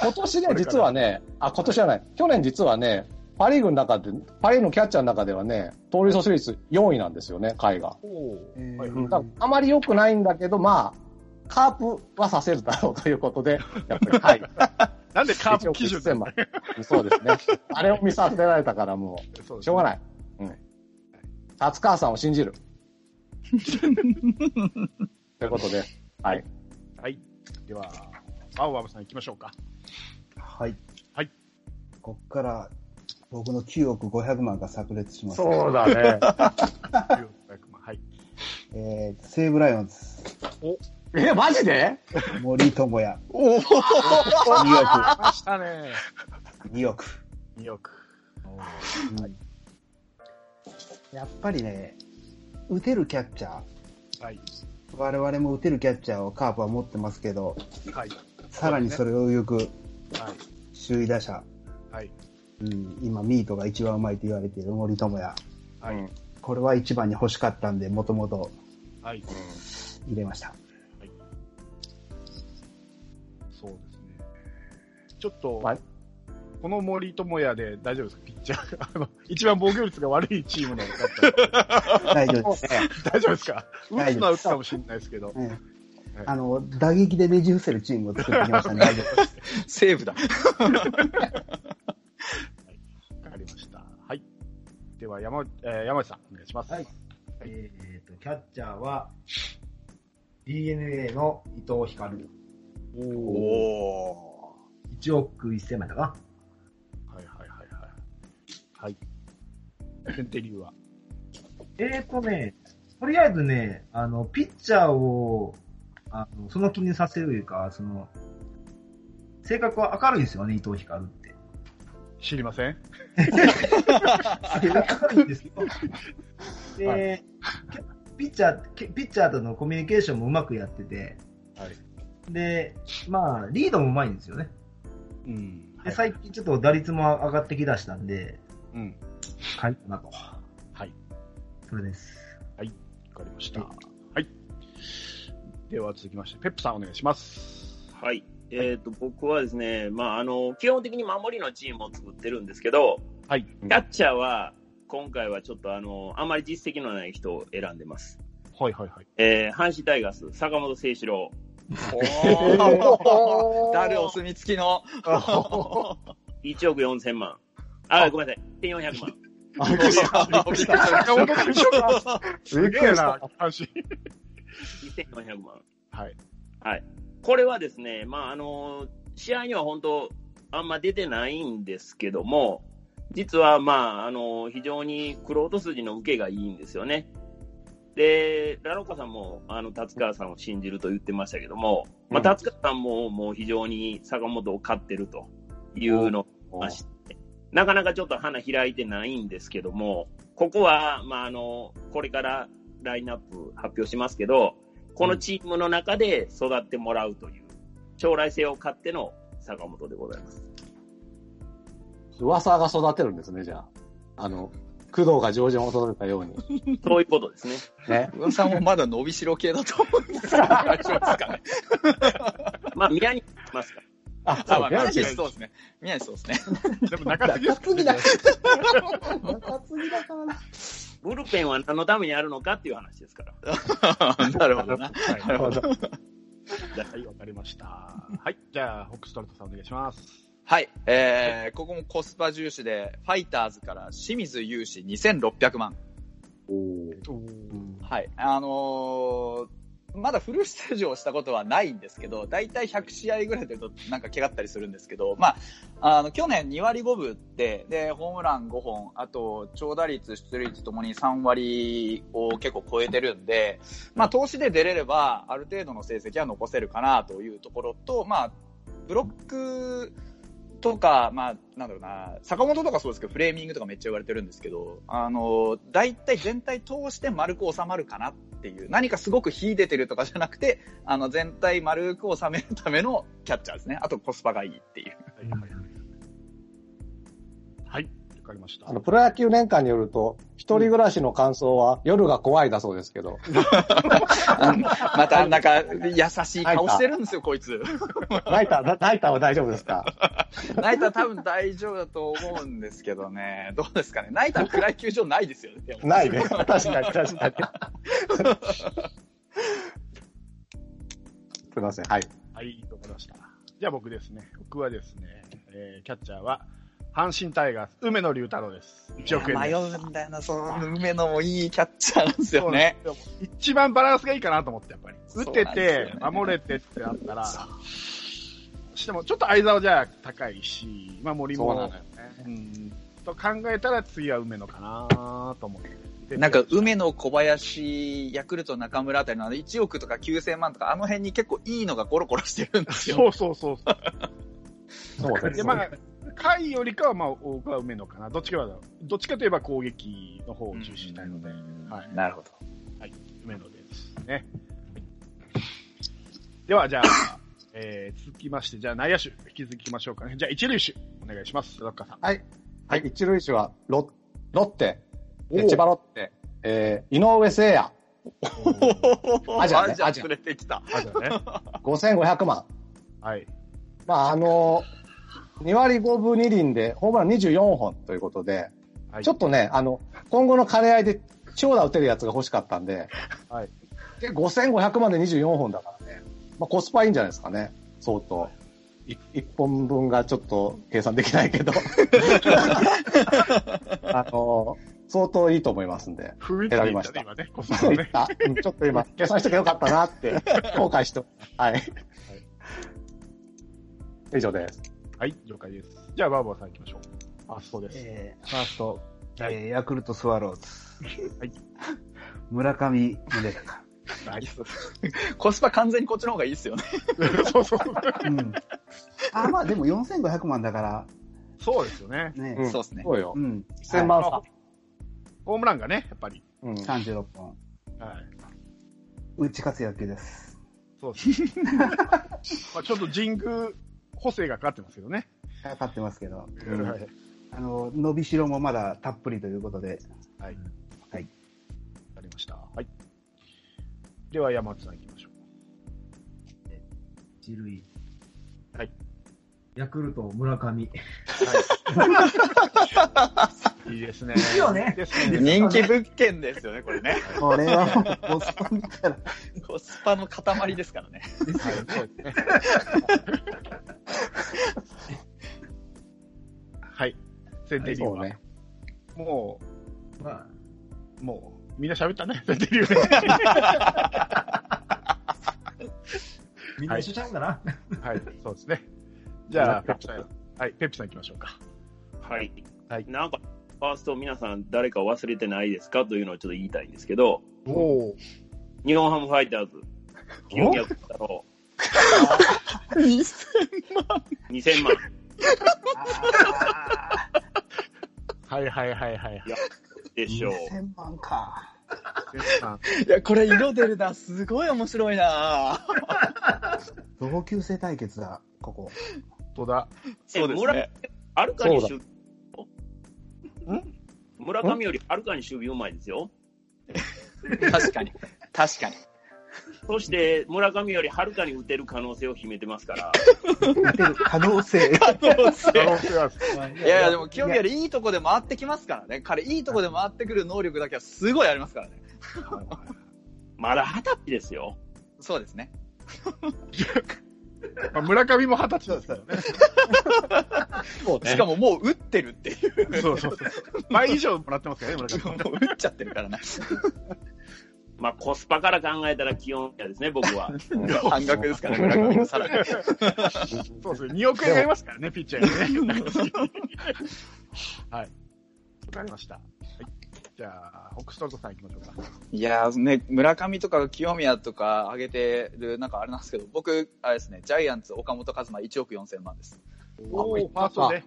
Speaker 3: 今年ね、実はね、あ、今年じゃない。去年実はね、パリーグの中で、パリーグのキャッチャーの中ではね、盗塁阻止率4位なんですよね、甲斐が。
Speaker 2: おー
Speaker 4: は
Speaker 2: はいい
Speaker 3: だからあまり良くないんだけど、まあ、カープはさせるだろうということで、やっぱり甲斐。
Speaker 2: なんでカープ基準
Speaker 3: 1億1000万そうですね。あれを見させられたからもう、しょうがない。うん。達川さんを信 じる。ということで、はい。
Speaker 2: はい。では、青葉さん行きましょうか。
Speaker 4: はい。
Speaker 2: はい。
Speaker 4: こっから、僕の9億500万が炸裂します。
Speaker 3: うだね。
Speaker 2: はい。
Speaker 4: えー、西武ライオンズ、
Speaker 3: え、マジで
Speaker 4: 森友哉、
Speaker 6: おー
Speaker 4: 2
Speaker 2: ましたね。
Speaker 4: 億、2億。
Speaker 2: 2億。
Speaker 4: やっぱりね、打てるキャッチャー、
Speaker 2: はい。
Speaker 4: 我々も打てるキャッチャーをカープは持ってますけど、
Speaker 2: はい。
Speaker 4: さらにそれを行く
Speaker 2: はい。
Speaker 4: 首位打者、
Speaker 2: はい。
Speaker 4: うん、今ミートが一番うまいと言われている森友哉。
Speaker 2: はい。
Speaker 4: これは一番に欲しかったんで、もともと
Speaker 2: はい。
Speaker 4: 入れました。
Speaker 2: そうですね。ちょっと、
Speaker 3: はい
Speaker 2: この森友哉で大丈夫ですか、ピッチャー が。あの、一番防御率が悪いチームのだった ら
Speaker 4: 大丈夫です。
Speaker 2: 大丈夫ですか打
Speaker 4: 大
Speaker 2: つ
Speaker 4: 丈
Speaker 2: のは
Speaker 4: 夫
Speaker 2: 打つかもしれないですけど。
Speaker 4: うんあの、打撃でねじ伏せるチームを作ってきましたね。大丈夫です
Speaker 6: セーブだ。
Speaker 2: わかりました。はい。では、山内、えー山内さん、お願いします。
Speaker 4: はい
Speaker 5: えー、と、キャッチャーは、DNA の伊藤光。
Speaker 6: お
Speaker 2: お
Speaker 6: お
Speaker 5: 1億1000万だか
Speaker 2: ー。はいはいはいはい。はい。先手流は。
Speaker 5: な。えー、とね、とりあえずね、あの、ピッチャーを、あの、その気にさせるというか、その、性格は明るいですよね、伊藤光って。
Speaker 2: 知りません
Speaker 5: 明るいんです けど。で、ピッチャー、けピッチャーとのコミュニケーションもうまくやってて、
Speaker 2: は
Speaker 5: で、まあ、リードもうまいんですよね。
Speaker 2: うん。
Speaker 5: で、最近ちょっと打率も上がってきだしたんで、
Speaker 2: うん。
Speaker 5: はい、なと。
Speaker 2: はい。
Speaker 5: それです。
Speaker 2: わかりました。はい。では続きまして、ペップさんお願いします。
Speaker 1: はい。えっ、と、僕はですね、まあ、あの、基本的に守りのチームを作ってるんですけど、
Speaker 2: はい。
Speaker 1: キャッチャーは、今回はちょっとあの、あまり実績のない人を選んでます。
Speaker 2: はいはいはい。
Speaker 1: えー、阪神タイガース、坂本誠志郎。
Speaker 6: おー誰お墨付きの。
Speaker 1: 1億4千万。あ、ごめんなさい。1400万。
Speaker 2: すげえな、阪神。
Speaker 1: 1400万。
Speaker 2: はい。
Speaker 1: これはですね、まあ、あの、試合には本当、あんま出てないんですけども、実は、まあ、あの、非常にクロート筋の受けがいいんですよね。で、ラロカさんも、あの、達川さんを信じると言ってましたけども、まあ、達川さんも、もう非常に坂本を勝ってるというのをまして、なかなかちょっと花開いてないんですけども、ここは、まあ、あの、これからラインナップ発表しますけど、このチームの中で育ってもらうという、将来性を買っての坂本でございます。
Speaker 3: 噂が育てるんですね、じゃあ。あの、工藤が上場を育てたように。
Speaker 1: そういうことですね。
Speaker 3: ね。
Speaker 6: うわさんもまだ伸びしろ系だと思うんですけど、大丈夫ですかね。
Speaker 1: まあ、宮に行きますか。
Speaker 3: あ、
Speaker 6: あ、
Speaker 3: そ
Speaker 6: ま
Speaker 3: う、宮
Speaker 6: あ、宮
Speaker 3: 崎
Speaker 6: 西そうですね。宮西そうですね。
Speaker 2: でも中継ぎです
Speaker 3: 中継ぎだ。中継ぎだからな。
Speaker 1: ブルペンは何のためにあるのかっていう話ですから。
Speaker 6: なるほどな。
Speaker 2: はい。
Speaker 3: なるほど。
Speaker 2: はい、わかりました。はい。じゃあ、ホックストレートさんお願いします。
Speaker 6: はい。えー、ここもコスパ重視で、ファイターズから清水雄志2600万。
Speaker 2: おお。
Speaker 6: はい。あのーまだフル出場したことはないんですけど、だいたい100試合ぐらいでなんか怪我ったりするんですけど、まあ、あの、去年2割5分打って、で、ホームラン5本、あと、長打率、出塁率ともに3割を結構超えてるんで、まあ、投資で出れれば、ある程度の成績は残せるかなというところと、まあ、ブロックとか、まあ、なんだろうな、坂本とかそうですけど、フレーミングとかめっちゃ言われてるんですけど、あの、大体全体通して丸く収まるかなっていう、何かすごく秀でてるとかじゃなくて、あの、全体丸く収めるためのキャッチャーですね。あとコスパがいいっていう。
Speaker 2: はいはいはい。はい。わかりました。
Speaker 3: あの、プロ野球年間によると、一人暮らしの感想は夜が怖いだそうですけ ど、
Speaker 6: また、なんか、優しい顔してるんですよ、こいつ。
Speaker 3: ナイター、ナイターは大丈夫ですか
Speaker 6: ナイター多分大丈夫だと思うんですけどね。どうですかね。ナイター暗い球場ないですよね。
Speaker 3: ない ね。確かに、確かに。 すいません、はい。
Speaker 2: はい、わかりました。じゃあ僕ですね。僕はですね、えー、キャッチャーは、阪神タイガース、梅野龍太郎です。1億円
Speaker 6: 迷
Speaker 2: です。
Speaker 6: うんだよな、その、梅野もいいキャッチャーなんですよね。
Speaker 2: そうなんですよ。一番バランスがいいかなと思って、やっぱり。打て
Speaker 6: そうなんです
Speaker 2: て、
Speaker 6: よね
Speaker 2: 守れてってなったら、しても、ちょっと相沢じゃ高いし、まあ森もなんだよね。うん。と考えたら次は梅野かなと思って。
Speaker 6: なんか、梅野、小林、ヤクルト、中村あたりのあの1億とか9000万とか、あの辺に結構いいのがゴロゴロしてるんですよ。
Speaker 2: そうそうそうそ
Speaker 3: そう
Speaker 2: う。
Speaker 3: で
Speaker 2: で、
Speaker 3: す
Speaker 2: ま
Speaker 3: ね。
Speaker 2: あ、甲斐よりかは、まあ、多くは梅野かな。どっちかだろう。どっちかといえば攻撃の方を重視したいので、はい。
Speaker 6: なるほど。
Speaker 2: 梅野ですね。では、じゃあ、 えー、続きまして、じゃあ内野手、引き続きましょうかね。じゃあ、一塁手、お願いします。ロッカーさん。
Speaker 3: はい。はい、一塁手は、ロロッテ、
Speaker 2: お
Speaker 3: え
Speaker 2: う
Speaker 3: 千葉ロッテ、えー、井上聖也、 アジアね
Speaker 6: アジア
Speaker 3: アジア
Speaker 6: 連れてきた。
Speaker 2: まずはね。
Speaker 3: 5500万。
Speaker 2: はい。
Speaker 3: まあ、あの、2割5分2厘で、ホームラン24本ということで、
Speaker 2: はい、
Speaker 3: ちょっとね、あの、今後の兼ね合いで長打打てるやつが欲しかったんで、
Speaker 2: はい
Speaker 3: で、5500まで24本だからね、まあ、コスパいいんじゃないですかね、相当。い一本分がちょっと計算できないけど。あの、相当いいと思いますんで。
Speaker 2: ふーって言ったね、今ね。こそね。
Speaker 3: あ、うんちょっと今、計算してけよかったなって、後悔して、はい。以上です。
Speaker 2: はい、了解です。じゃあ、バーバーさん行きましょう。あ、そうです。
Speaker 4: えー、ファースト、
Speaker 2: はい
Speaker 4: えーヤクルトスワローズ。
Speaker 2: はい
Speaker 4: 村上宗隆。
Speaker 6: コスパ完全にこっちの方がいいですよね。
Speaker 2: そうそう。
Speaker 4: うん。あ、まあでも4500万だから、
Speaker 2: そうですよね。
Speaker 4: ね。
Speaker 3: うん
Speaker 6: そうですね。
Speaker 3: そうよ
Speaker 4: う。ん。
Speaker 3: 1000万
Speaker 2: は
Speaker 3: 差。
Speaker 2: ホームランがね、やっぱり。
Speaker 3: うん。
Speaker 4: はい36本。
Speaker 2: はい。
Speaker 4: 打ち勝つ野球です。
Speaker 2: そうです ね。まあちょっと神宮補正がかかってますけどね。
Speaker 4: かかってますけど。
Speaker 2: はい。
Speaker 4: あの、伸びしろもまだたっぷりということで。
Speaker 2: はい。
Speaker 4: はい。
Speaker 2: わかりました。はい。では、山内さん行きましょう。
Speaker 5: 一塁。
Speaker 2: はい。
Speaker 5: ヤクルト、村上。
Speaker 2: いいですね。
Speaker 5: いいよね
Speaker 2: いいですね。
Speaker 6: 人気物件ですよね、これ ね。
Speaker 4: これはもう、ボストンから。
Speaker 6: コスパの塊です からね。
Speaker 2: はい、そうですね。はい。センテリー
Speaker 3: そう
Speaker 2: は、
Speaker 3: ね。
Speaker 2: も
Speaker 5: ま
Speaker 2: う、もう、みんな喋ったね、センテリー
Speaker 5: あ、みんな一緒ちゃうんだな。
Speaker 2: は。はい、そうですね。じゃあ、ペップさん、はい、ペップさん行きましょうか。
Speaker 1: はい。
Speaker 2: はい
Speaker 1: なんか、ファースト皆さん誰か忘れてないですかというのをちょっと言いたいんですけど、
Speaker 2: おお。
Speaker 1: 日本ハムファイターズ、清宮幸太郎、2000万。
Speaker 2: はいはいはいはい。
Speaker 1: でしょう。
Speaker 4: 2000万か。
Speaker 2: ペップさん、
Speaker 6: いや、これ色出るな。すごい面白いな。
Speaker 4: 同級生対決だ、ここ。
Speaker 2: 戸田。
Speaker 6: そうですね。
Speaker 1: はるかに
Speaker 3: そ
Speaker 1: 守備。村上よりはるかに守備うまいですよ。
Speaker 6: 確かに。確かに。
Speaker 1: そして、村上よりはるかに打てる可能性を秘めてます から。
Speaker 4: 打てる可能性。
Speaker 2: 可能性はある
Speaker 6: いやいや、でも、清宮よりいいとこで回ってきますからね。彼、いいとこで回ってくる能力だけはすごいありますからね。
Speaker 1: まだ二十歳ですよ。
Speaker 6: そうですね。
Speaker 2: まあ村上も二十歳ですからね。
Speaker 6: しかももう打ってるっていう。
Speaker 2: そうそうそう。 倍以上もらってますからね、村上。
Speaker 6: もう打っちゃってるからな。
Speaker 1: まあ、コスパから考えたら清宮ですね、僕は。
Speaker 6: 半額ですからね、村上もさらに。
Speaker 2: そうですね。2億円ありますからね、ピッチャーにね。はい。わかりました。はい。じゃあ、ホックストロトさん行きましょうか。
Speaker 6: いやーね、村上とか清宮とか上げてる、なんかあれなんですけど、僕、あれですね、ジャイアンツ岡本和真1億4000万です。
Speaker 2: おー、ファーストで。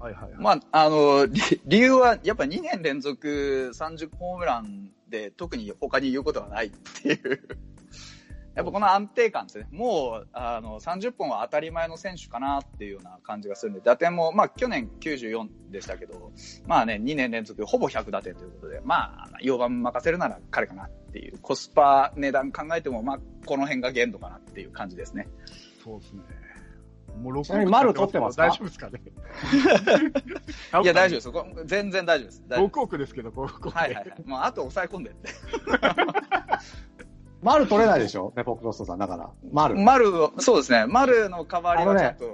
Speaker 2: はいはいはい。
Speaker 6: まあ、あの、理理由は、やっぱ2年連続30ホームランで、特に他に言うことがないっていう。やっぱこの安定感ですね。もう、あの、30本は当たり前の選手かなっていうような感じがするんで、打点も、まあ、去年94でしたけど、まあね、2年連続ほぼ100打点ということで、まあ、4番任せるなら彼かなっていう、コスパ値段考えても、まあ、この辺が限度かなっていう感じですね。
Speaker 2: そうですね。もう6
Speaker 3: ちなみに丸取ってますか
Speaker 2: 大丈夫ですかね。
Speaker 6: いや、大丈夫です。これ全然大丈夫です。大丈夫
Speaker 2: 6億ですけど、5億。
Speaker 6: はいはいはい。もう、あと抑え込んでって。
Speaker 3: 丸取れないでしょネポクロストさん。だから。丸。
Speaker 6: 丸を、そうですね。丸の代わりはちょっと、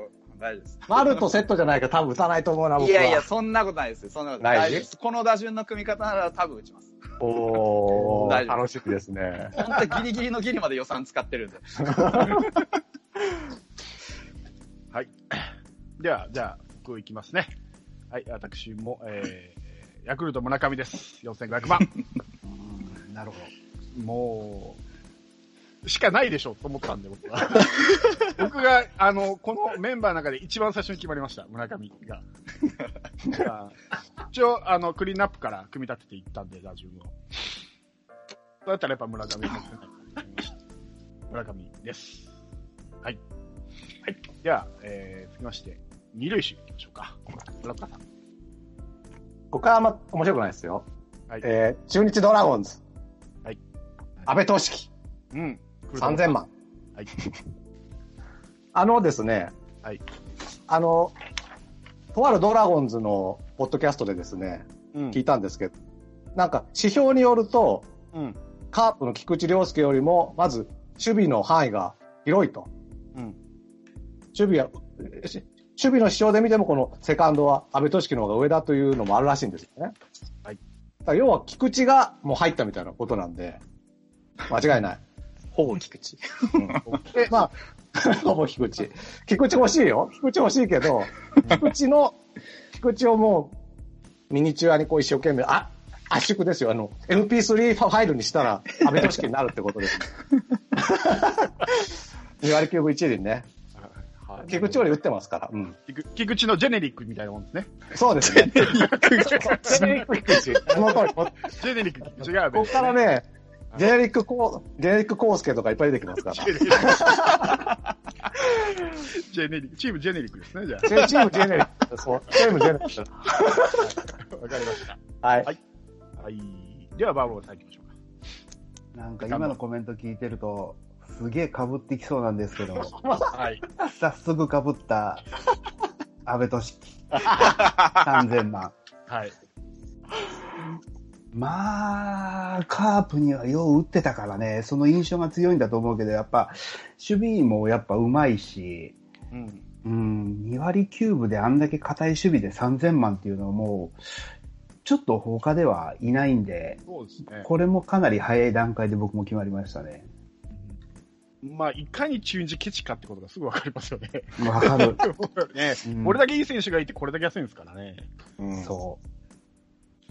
Speaker 6: 大丈夫です。
Speaker 3: 丸とセットじゃないから多分打たないと思うな、僕は。
Speaker 6: いやいや、そんなことないですよ。そんなことない
Speaker 3: ない
Speaker 6: 大丈夫です。この打順の組み方なら多分打ちます。
Speaker 3: おー、
Speaker 6: 大丈夫
Speaker 3: 楽しみですね。
Speaker 6: 本当ギリギリのギリまで予算使ってるんで。
Speaker 2: はい。では、じゃあ、僕行きますね。はい、私も、えー、ヤクルト村上です。4500万。
Speaker 4: うんなるほど。
Speaker 2: もう、しかないでしょうと思ったんで、僕は。僕が、あの、このメンバーの中で一番最初に決まりました、村上が。まあ一応、あの、クリーンアップから組み立てていったんで、打順を。そうやったらやっぱ村上ですね村上です。はい。はい。では、えー、続きまして、二塁手いきましょうか。村岡さん。
Speaker 3: ここはあんま面白くないですよ。
Speaker 2: はい
Speaker 3: えー、中日ドラゴンズ。
Speaker 2: はい。
Speaker 3: 安倍投手樹、
Speaker 2: うん。
Speaker 3: 3000万。
Speaker 2: はい。
Speaker 3: あのですね、
Speaker 2: はい。
Speaker 3: あの、とあるドラゴンズのポッドキャストでですね、
Speaker 2: うん
Speaker 3: 聞いたんですけど、なんか指標によると、
Speaker 2: うん。
Speaker 3: カープの菊池涼介よりも、まず守備の範囲が広いと。
Speaker 2: うん。
Speaker 3: 守備は、えし守備の指標で見ても、このセカンドは安倍俊樹の方が上だというのもあるらしいんですよね。
Speaker 2: はい。
Speaker 3: から要は菊池がもう入ったみたいなことなんで、間違いない。
Speaker 6: ほぼ菊池。
Speaker 3: で、まあ、ほぼ 菊池。菊池欲しいよ。菊池欲しいけど、菊池の、菊池をもう、ミニチュアにこう一生懸命、あ、圧縮ですよ。あの、MP3 ファイルにしたら、安倍俊樹になるってことです、 ね。2割9分1厘ね。
Speaker 2: はい
Speaker 3: 菊池より打ってますから。うん。
Speaker 2: 菊菊池のジェネリックみたいなもんですね。
Speaker 3: そうです ね。ジェネリック菊池。その通り。こ
Speaker 2: ジェネリック違うよね
Speaker 3: こか らね、ジェネリックコー、ジェネリックコースケとかいっぱい出てきます から。
Speaker 2: ジェネリック、チームジェネリックですね、じゃ
Speaker 3: チームジェネリック。そう。チームジェネリック。
Speaker 2: あ。わかりました。
Speaker 3: はい。
Speaker 2: はい。では、バーボーさん行きましょうか。
Speaker 4: なんか今のコメント聞いてると、すげえ被ってきそうなんですけど、
Speaker 2: はい。
Speaker 4: 早速被った、安倍俊樹。3000万。
Speaker 2: はい。
Speaker 4: まあ、カープにはよう打ってたからね、その印象が強いんだと思うけど、やっぱ、守備もやっぱうまいし、
Speaker 2: うん。
Speaker 4: うん、2割9分であんだけ硬い守備で3000万っていうのはもう、ちょっと他ではいないんで、
Speaker 2: そうですね。
Speaker 4: これもかなり早い段階で僕も決まりましたね。
Speaker 2: まあ、いかに中日ケチかってことがすぐわかり ますよね。
Speaker 4: わ かる。
Speaker 2: ね、
Speaker 4: うん
Speaker 2: これだけいい選手がいて、これだけ安いんですからね。
Speaker 3: うん
Speaker 4: そ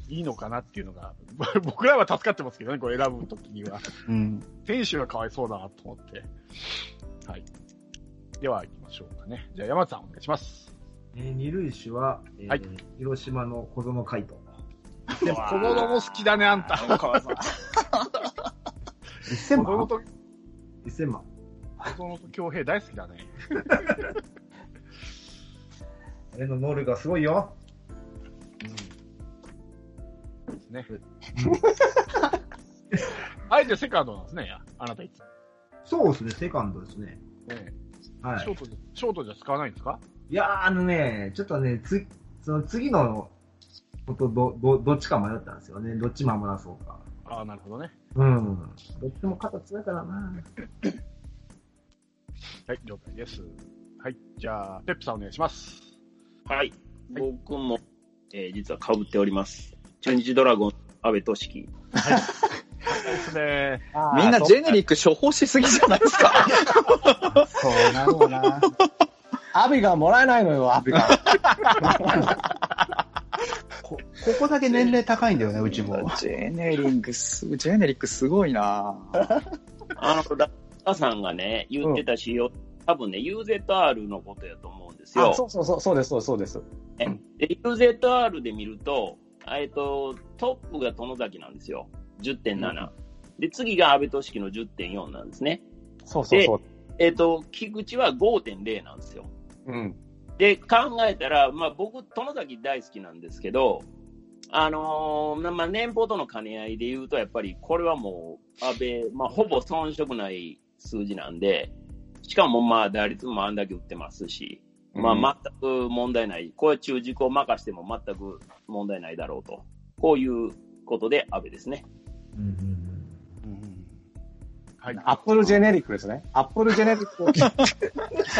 Speaker 2: いいのかなっていうのが、 僕らは助かってますけどね、これ選ぶときには。
Speaker 4: う。うん。
Speaker 2: 選手がかわいそうだなと思って。はい。では、行きましょうかね。じゃあ、山田さんお願いします。
Speaker 5: えー二塁手は、えー
Speaker 2: はい
Speaker 5: 広島の小園海斗。
Speaker 2: でも、小園も好きだね、あんた。
Speaker 4: 1000
Speaker 2: 小
Speaker 4: 万
Speaker 2: 園と、
Speaker 5: 1000万。
Speaker 2: 小園と京平大好きだね。
Speaker 5: 俺の能力がすごいよ。
Speaker 2: うん。 ね。あえてセカンドなんですね、あなたいつも。
Speaker 5: そうですね、セカンドですね。
Speaker 2: ね
Speaker 5: は
Speaker 2: ショ
Speaker 5: い。
Speaker 2: ートで、ショートじゃ使わないんですか
Speaker 5: いやー、あのね、ちょっとね、つその次のことど、ど、どっちか迷ったんですよね。どっち守らそうか。
Speaker 2: ああ、なるほどね。
Speaker 5: うん。どっちも肩強いからな。
Speaker 2: はい、了解です。はい、じゃあ、ペップさんお願いします。
Speaker 1: はい。僕も、えー実は被っております。中日ドラゴン、安部俊樹。
Speaker 2: ですね。
Speaker 6: みんな
Speaker 3: ジ
Speaker 6: ジェネリック処方しすぎじゃないですか
Speaker 4: そうなるわな。
Speaker 3: アビがもらえないのよ、アビが。
Speaker 4: こ、ここだけ年齢高いんだよね、うちも。
Speaker 6: ジェネリックす、ジェネリックすごいな
Speaker 1: あの、ラッカさんがね、言ってた仕様、多分ね、UZR のことやと思うんです
Speaker 3: あ
Speaker 1: よ。
Speaker 3: そうそうそう、そうです、そうですそうです。
Speaker 1: で UZR で見ると、えっと、トップが殿崎なんですよ。10.7。で、次が安倍俊樹の10.4なんですね。
Speaker 3: そうそうそう。
Speaker 1: えっと、菊池は5.0なんですよ。
Speaker 3: うん。
Speaker 1: で、考えたら、まあ僕、殿崎大好きなんですけど、あのーまあ年俸との兼ね合いで言うと、やっぱりこれはもう、安倍、まあほぼ遜色ない数字なんで、しかもまあ打率もあんだけ打ってますし、まあ全く問題ない。これは中軸を任しても全く問題ないだろうと。こういうことで安倍ですね。
Speaker 5: うんうんうん。
Speaker 2: はい。
Speaker 3: アップルジェネリックですね。アップルジェネリッ クを下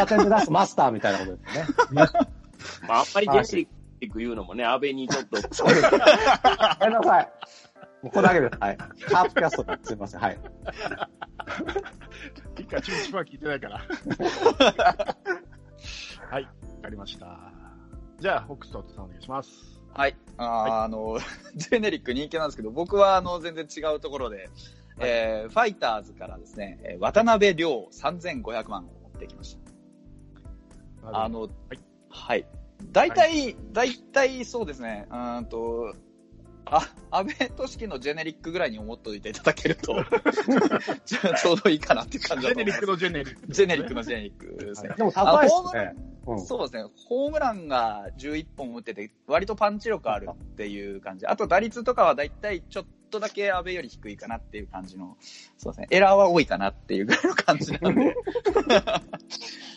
Speaker 3: 手に出すマスターみたいなことですね。
Speaker 1: まああんまりジェネリック言うのもね、安倍にちょっと、
Speaker 3: ごめんなさい。もうここだけです。はい。カープキャストですいません。はい。
Speaker 2: 一回中日は聞いてない から。はい、わかりました。じゃあ、ホックストットさんお願いします。
Speaker 6: はい。あーあの、ジェネリック人気なんですけど、僕はあの、全然違うところで、えーファイターズからですね、えー渡辺亮3500万を持ってきました。あの、はいい。大体、大体そうですね、うーんと、あ、安倍俊樹のジェネリックぐらいに思っておいていただける と、ちょちょうどいいかなっていう感じ
Speaker 2: ジェ
Speaker 6: だと思
Speaker 2: ネ
Speaker 6: い
Speaker 2: リッ
Speaker 6: ます
Speaker 2: ク。のジェネリック。
Speaker 6: ジェネリックのジェネリックですね。
Speaker 3: でも高いですね。うん。
Speaker 6: そうですね。ホームランが11本打ってて、割とパンチ力あるっていう感じ。あと打率とかはだいたいちょっとだけ安倍より低いかなっていう感じの、そうですね。エラーは多いかなっていうぐらいの感じなん で。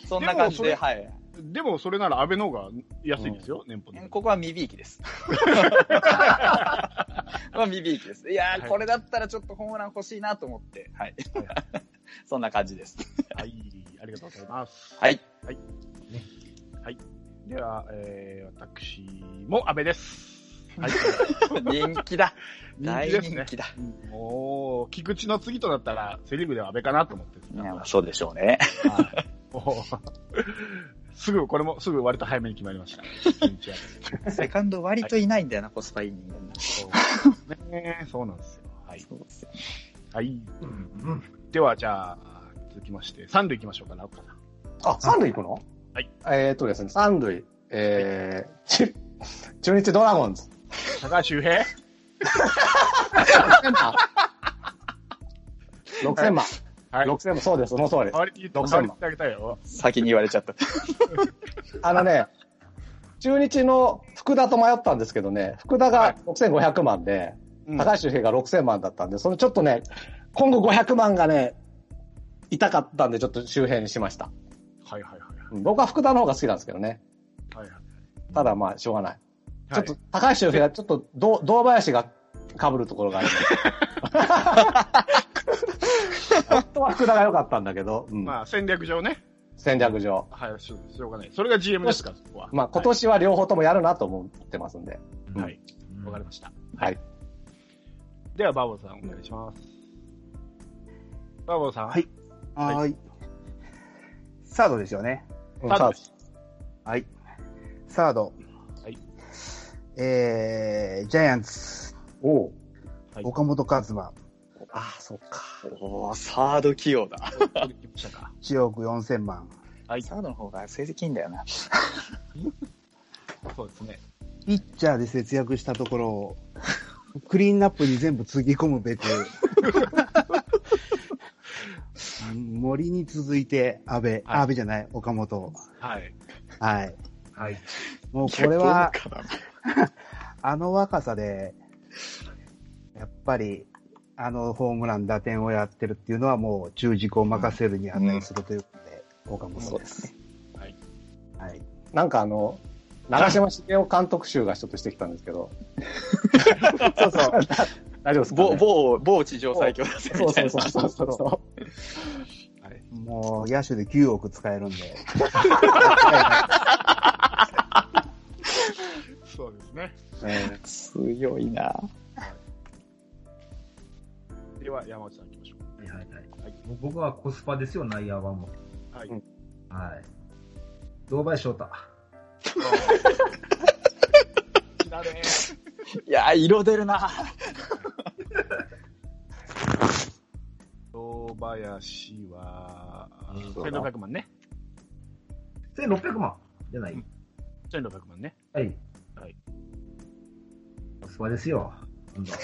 Speaker 6: そんな感じで、
Speaker 2: でも
Speaker 6: はい。
Speaker 2: でも、それなら安倍の方が安いですよ、年俸で。
Speaker 6: ここは未びいきです。まあ、未びいきです。いや
Speaker 2: は
Speaker 6: ー、
Speaker 2: い
Speaker 6: これだったらちょっとホームラン欲しいなと思って、はい。そんな感じです。
Speaker 2: はい、ありがとうございます。
Speaker 6: はい。
Speaker 2: では、えー、私も安倍です。はい。
Speaker 6: 人気だ。
Speaker 2: 人
Speaker 6: 大
Speaker 2: 気 ですね
Speaker 6: 人。気だ。
Speaker 2: もう、菊池の次とだったら、セリーグでは安倍かなと思ってです
Speaker 6: い
Speaker 2: ね。
Speaker 6: やまあそうでしょうね。
Speaker 2: はいもうすぐ、これもすぐ割と早めに決まりました。11月
Speaker 6: セカンド割といないんだよな、コスパいい人間な。
Speaker 2: そうですね。そうなんですよ。はい。
Speaker 6: そうですよ
Speaker 2: はい。
Speaker 5: うん
Speaker 2: では、じゃあ、続きまして、三塁行きましょうか、なおかさん。
Speaker 3: あ、三塁行くの
Speaker 2: はい。
Speaker 3: えーっとですね、三塁、えー、ち中日ドラゴンズ。
Speaker 2: 高橋周平
Speaker 3: 6千 万。6千万。
Speaker 2: はい。
Speaker 3: 6千万、そうです、その通り
Speaker 2: 代。わりに言って、
Speaker 3: 六
Speaker 2: 代わり
Speaker 3: 千万
Speaker 2: に言ってあげたいよ。
Speaker 6: 先に言われちゃった。
Speaker 3: あのね、中日の福田と迷ったんですけどね、福田が6500万で、
Speaker 2: うん
Speaker 3: 高橋周平が6000万だったんで、そのちょっとね、今後500万がね、痛かったんで、ちょっと周平にしました。
Speaker 2: はいはいはい
Speaker 3: うん僕は福田の方が好きなんですけどね。
Speaker 2: はい。はいはい
Speaker 3: ただまあ、しょうがない。ちょ
Speaker 2: は
Speaker 3: っ
Speaker 2: い
Speaker 3: と、高橋周平はちょっと、どう、堂林が被るところがある。 本当は福田が良かったんだけど、うん
Speaker 2: まあ、戦略上ね。
Speaker 3: 戦略上。
Speaker 2: はい、しょしょうがない。それが GM ですから、そこは。
Speaker 3: まあ、今年は両方ともやるなと思ってますんで。
Speaker 5: うん
Speaker 2: はい。わかりました。
Speaker 3: はい。
Speaker 2: では、バーボーさん、お願いします。バーボーさん。
Speaker 4: はいはい。サードですよね。
Speaker 3: うん
Speaker 2: サード
Speaker 3: さ
Speaker 2: です
Speaker 4: はい。サード。
Speaker 2: はい。
Speaker 4: えー、ジャイアンツ、
Speaker 3: あおう
Speaker 2: はい
Speaker 4: 岡本和真、
Speaker 3: ああ、そうか。
Speaker 6: おー、サード起用だ。
Speaker 2: 取りに来ましたか。
Speaker 4: 1億4000万。
Speaker 2: はい。
Speaker 6: サードの方が成績いいんだよな。
Speaker 2: そうですね。
Speaker 4: ピッチャーで節約したところを、クリーンナップに全部つぎ込むべく、森に続いて、安倍、
Speaker 2: はい
Speaker 4: 安倍じゃない、岡本。
Speaker 2: はい。
Speaker 4: はい。
Speaker 5: はい。
Speaker 4: もうこれ
Speaker 6: い
Speaker 4: は、
Speaker 6: や。どうかな
Speaker 4: あの若さで、やっぱり、あのホームラン打点をやってるっていうのはもう中軸を任せるに値するということで、岡
Speaker 6: そう
Speaker 4: 本
Speaker 6: で
Speaker 4: ですす。
Speaker 6: ね。
Speaker 4: はい。
Speaker 3: なんかあの、長嶋茂雄監督集がちょっとしてきたんですけど。そうそう。大丈夫ですか、
Speaker 6: 某、
Speaker 3: ね、
Speaker 6: 某、某地上最強だぜ
Speaker 3: そ
Speaker 6: み
Speaker 3: う
Speaker 6: たい
Speaker 3: そう
Speaker 6: な。
Speaker 3: そうそうそ
Speaker 4: もう野手で9億使えるんで、
Speaker 2: そうですね。
Speaker 3: う。ね
Speaker 6: 強いな。
Speaker 2: では、山内さん行きましょ
Speaker 5: はいはいはい。もう僕はコスパですよ、内野はも
Speaker 2: う。はい。
Speaker 3: うん
Speaker 5: う。はい。堂林翔太。
Speaker 2: だね。
Speaker 6: いやー、色出るな。
Speaker 2: 堂林は、
Speaker 6: そうだ
Speaker 2: 1600万ね。
Speaker 5: 1600万じゃない。
Speaker 2: 1600万ね。
Speaker 5: はい。
Speaker 2: はい。
Speaker 5: コスパですよ。ほんと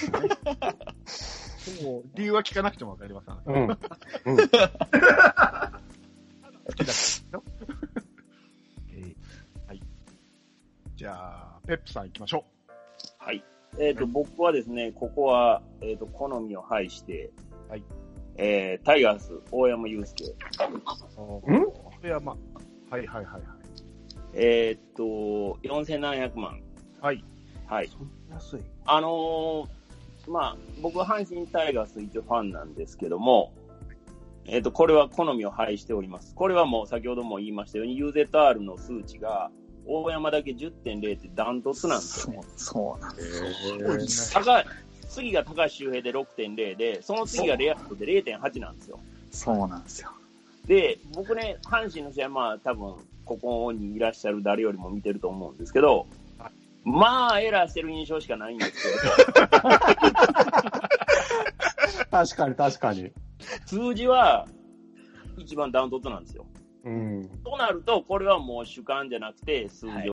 Speaker 2: 理由は聞かなくてもわかります。あの
Speaker 3: うん。
Speaker 5: え
Speaker 2: じゃあ、ペップさん行きましょ
Speaker 1: はい。えっ、と、僕はですね、ここは、えっ、と、好みを排して、
Speaker 2: はい。
Speaker 1: えー、タイガース、大山祐介。
Speaker 2: う。
Speaker 3: ん
Speaker 2: では、まあ、はいはいはいはい。
Speaker 1: えっ、と、4700万。
Speaker 2: はい。
Speaker 1: はい。
Speaker 4: そんな安い。
Speaker 1: あのーまあ、僕は阪神タイガース一応ファンなんですけども、えっ、と、これは好みを排しております。これはもう先ほども言いましたように、UZR の数値が、大山だけ10.0ってダントツなんですよね。
Speaker 6: そうなんですよ。
Speaker 1: 高い。次が高橋周平で6.0で、その次がレアットで0.8なんですよ。
Speaker 6: そうなんですよ。
Speaker 1: で、僕ね、阪神の試合、まあ多分、ここにいらっしゃる誰よりも見てると思うんですけど、まあ、エラーしてる印象しかないんですけど、
Speaker 3: 確かに確かに。
Speaker 1: 数字は一番ダウントツなんですよ。
Speaker 3: うん。
Speaker 1: となると、これはもう主観じゃなくて、数字を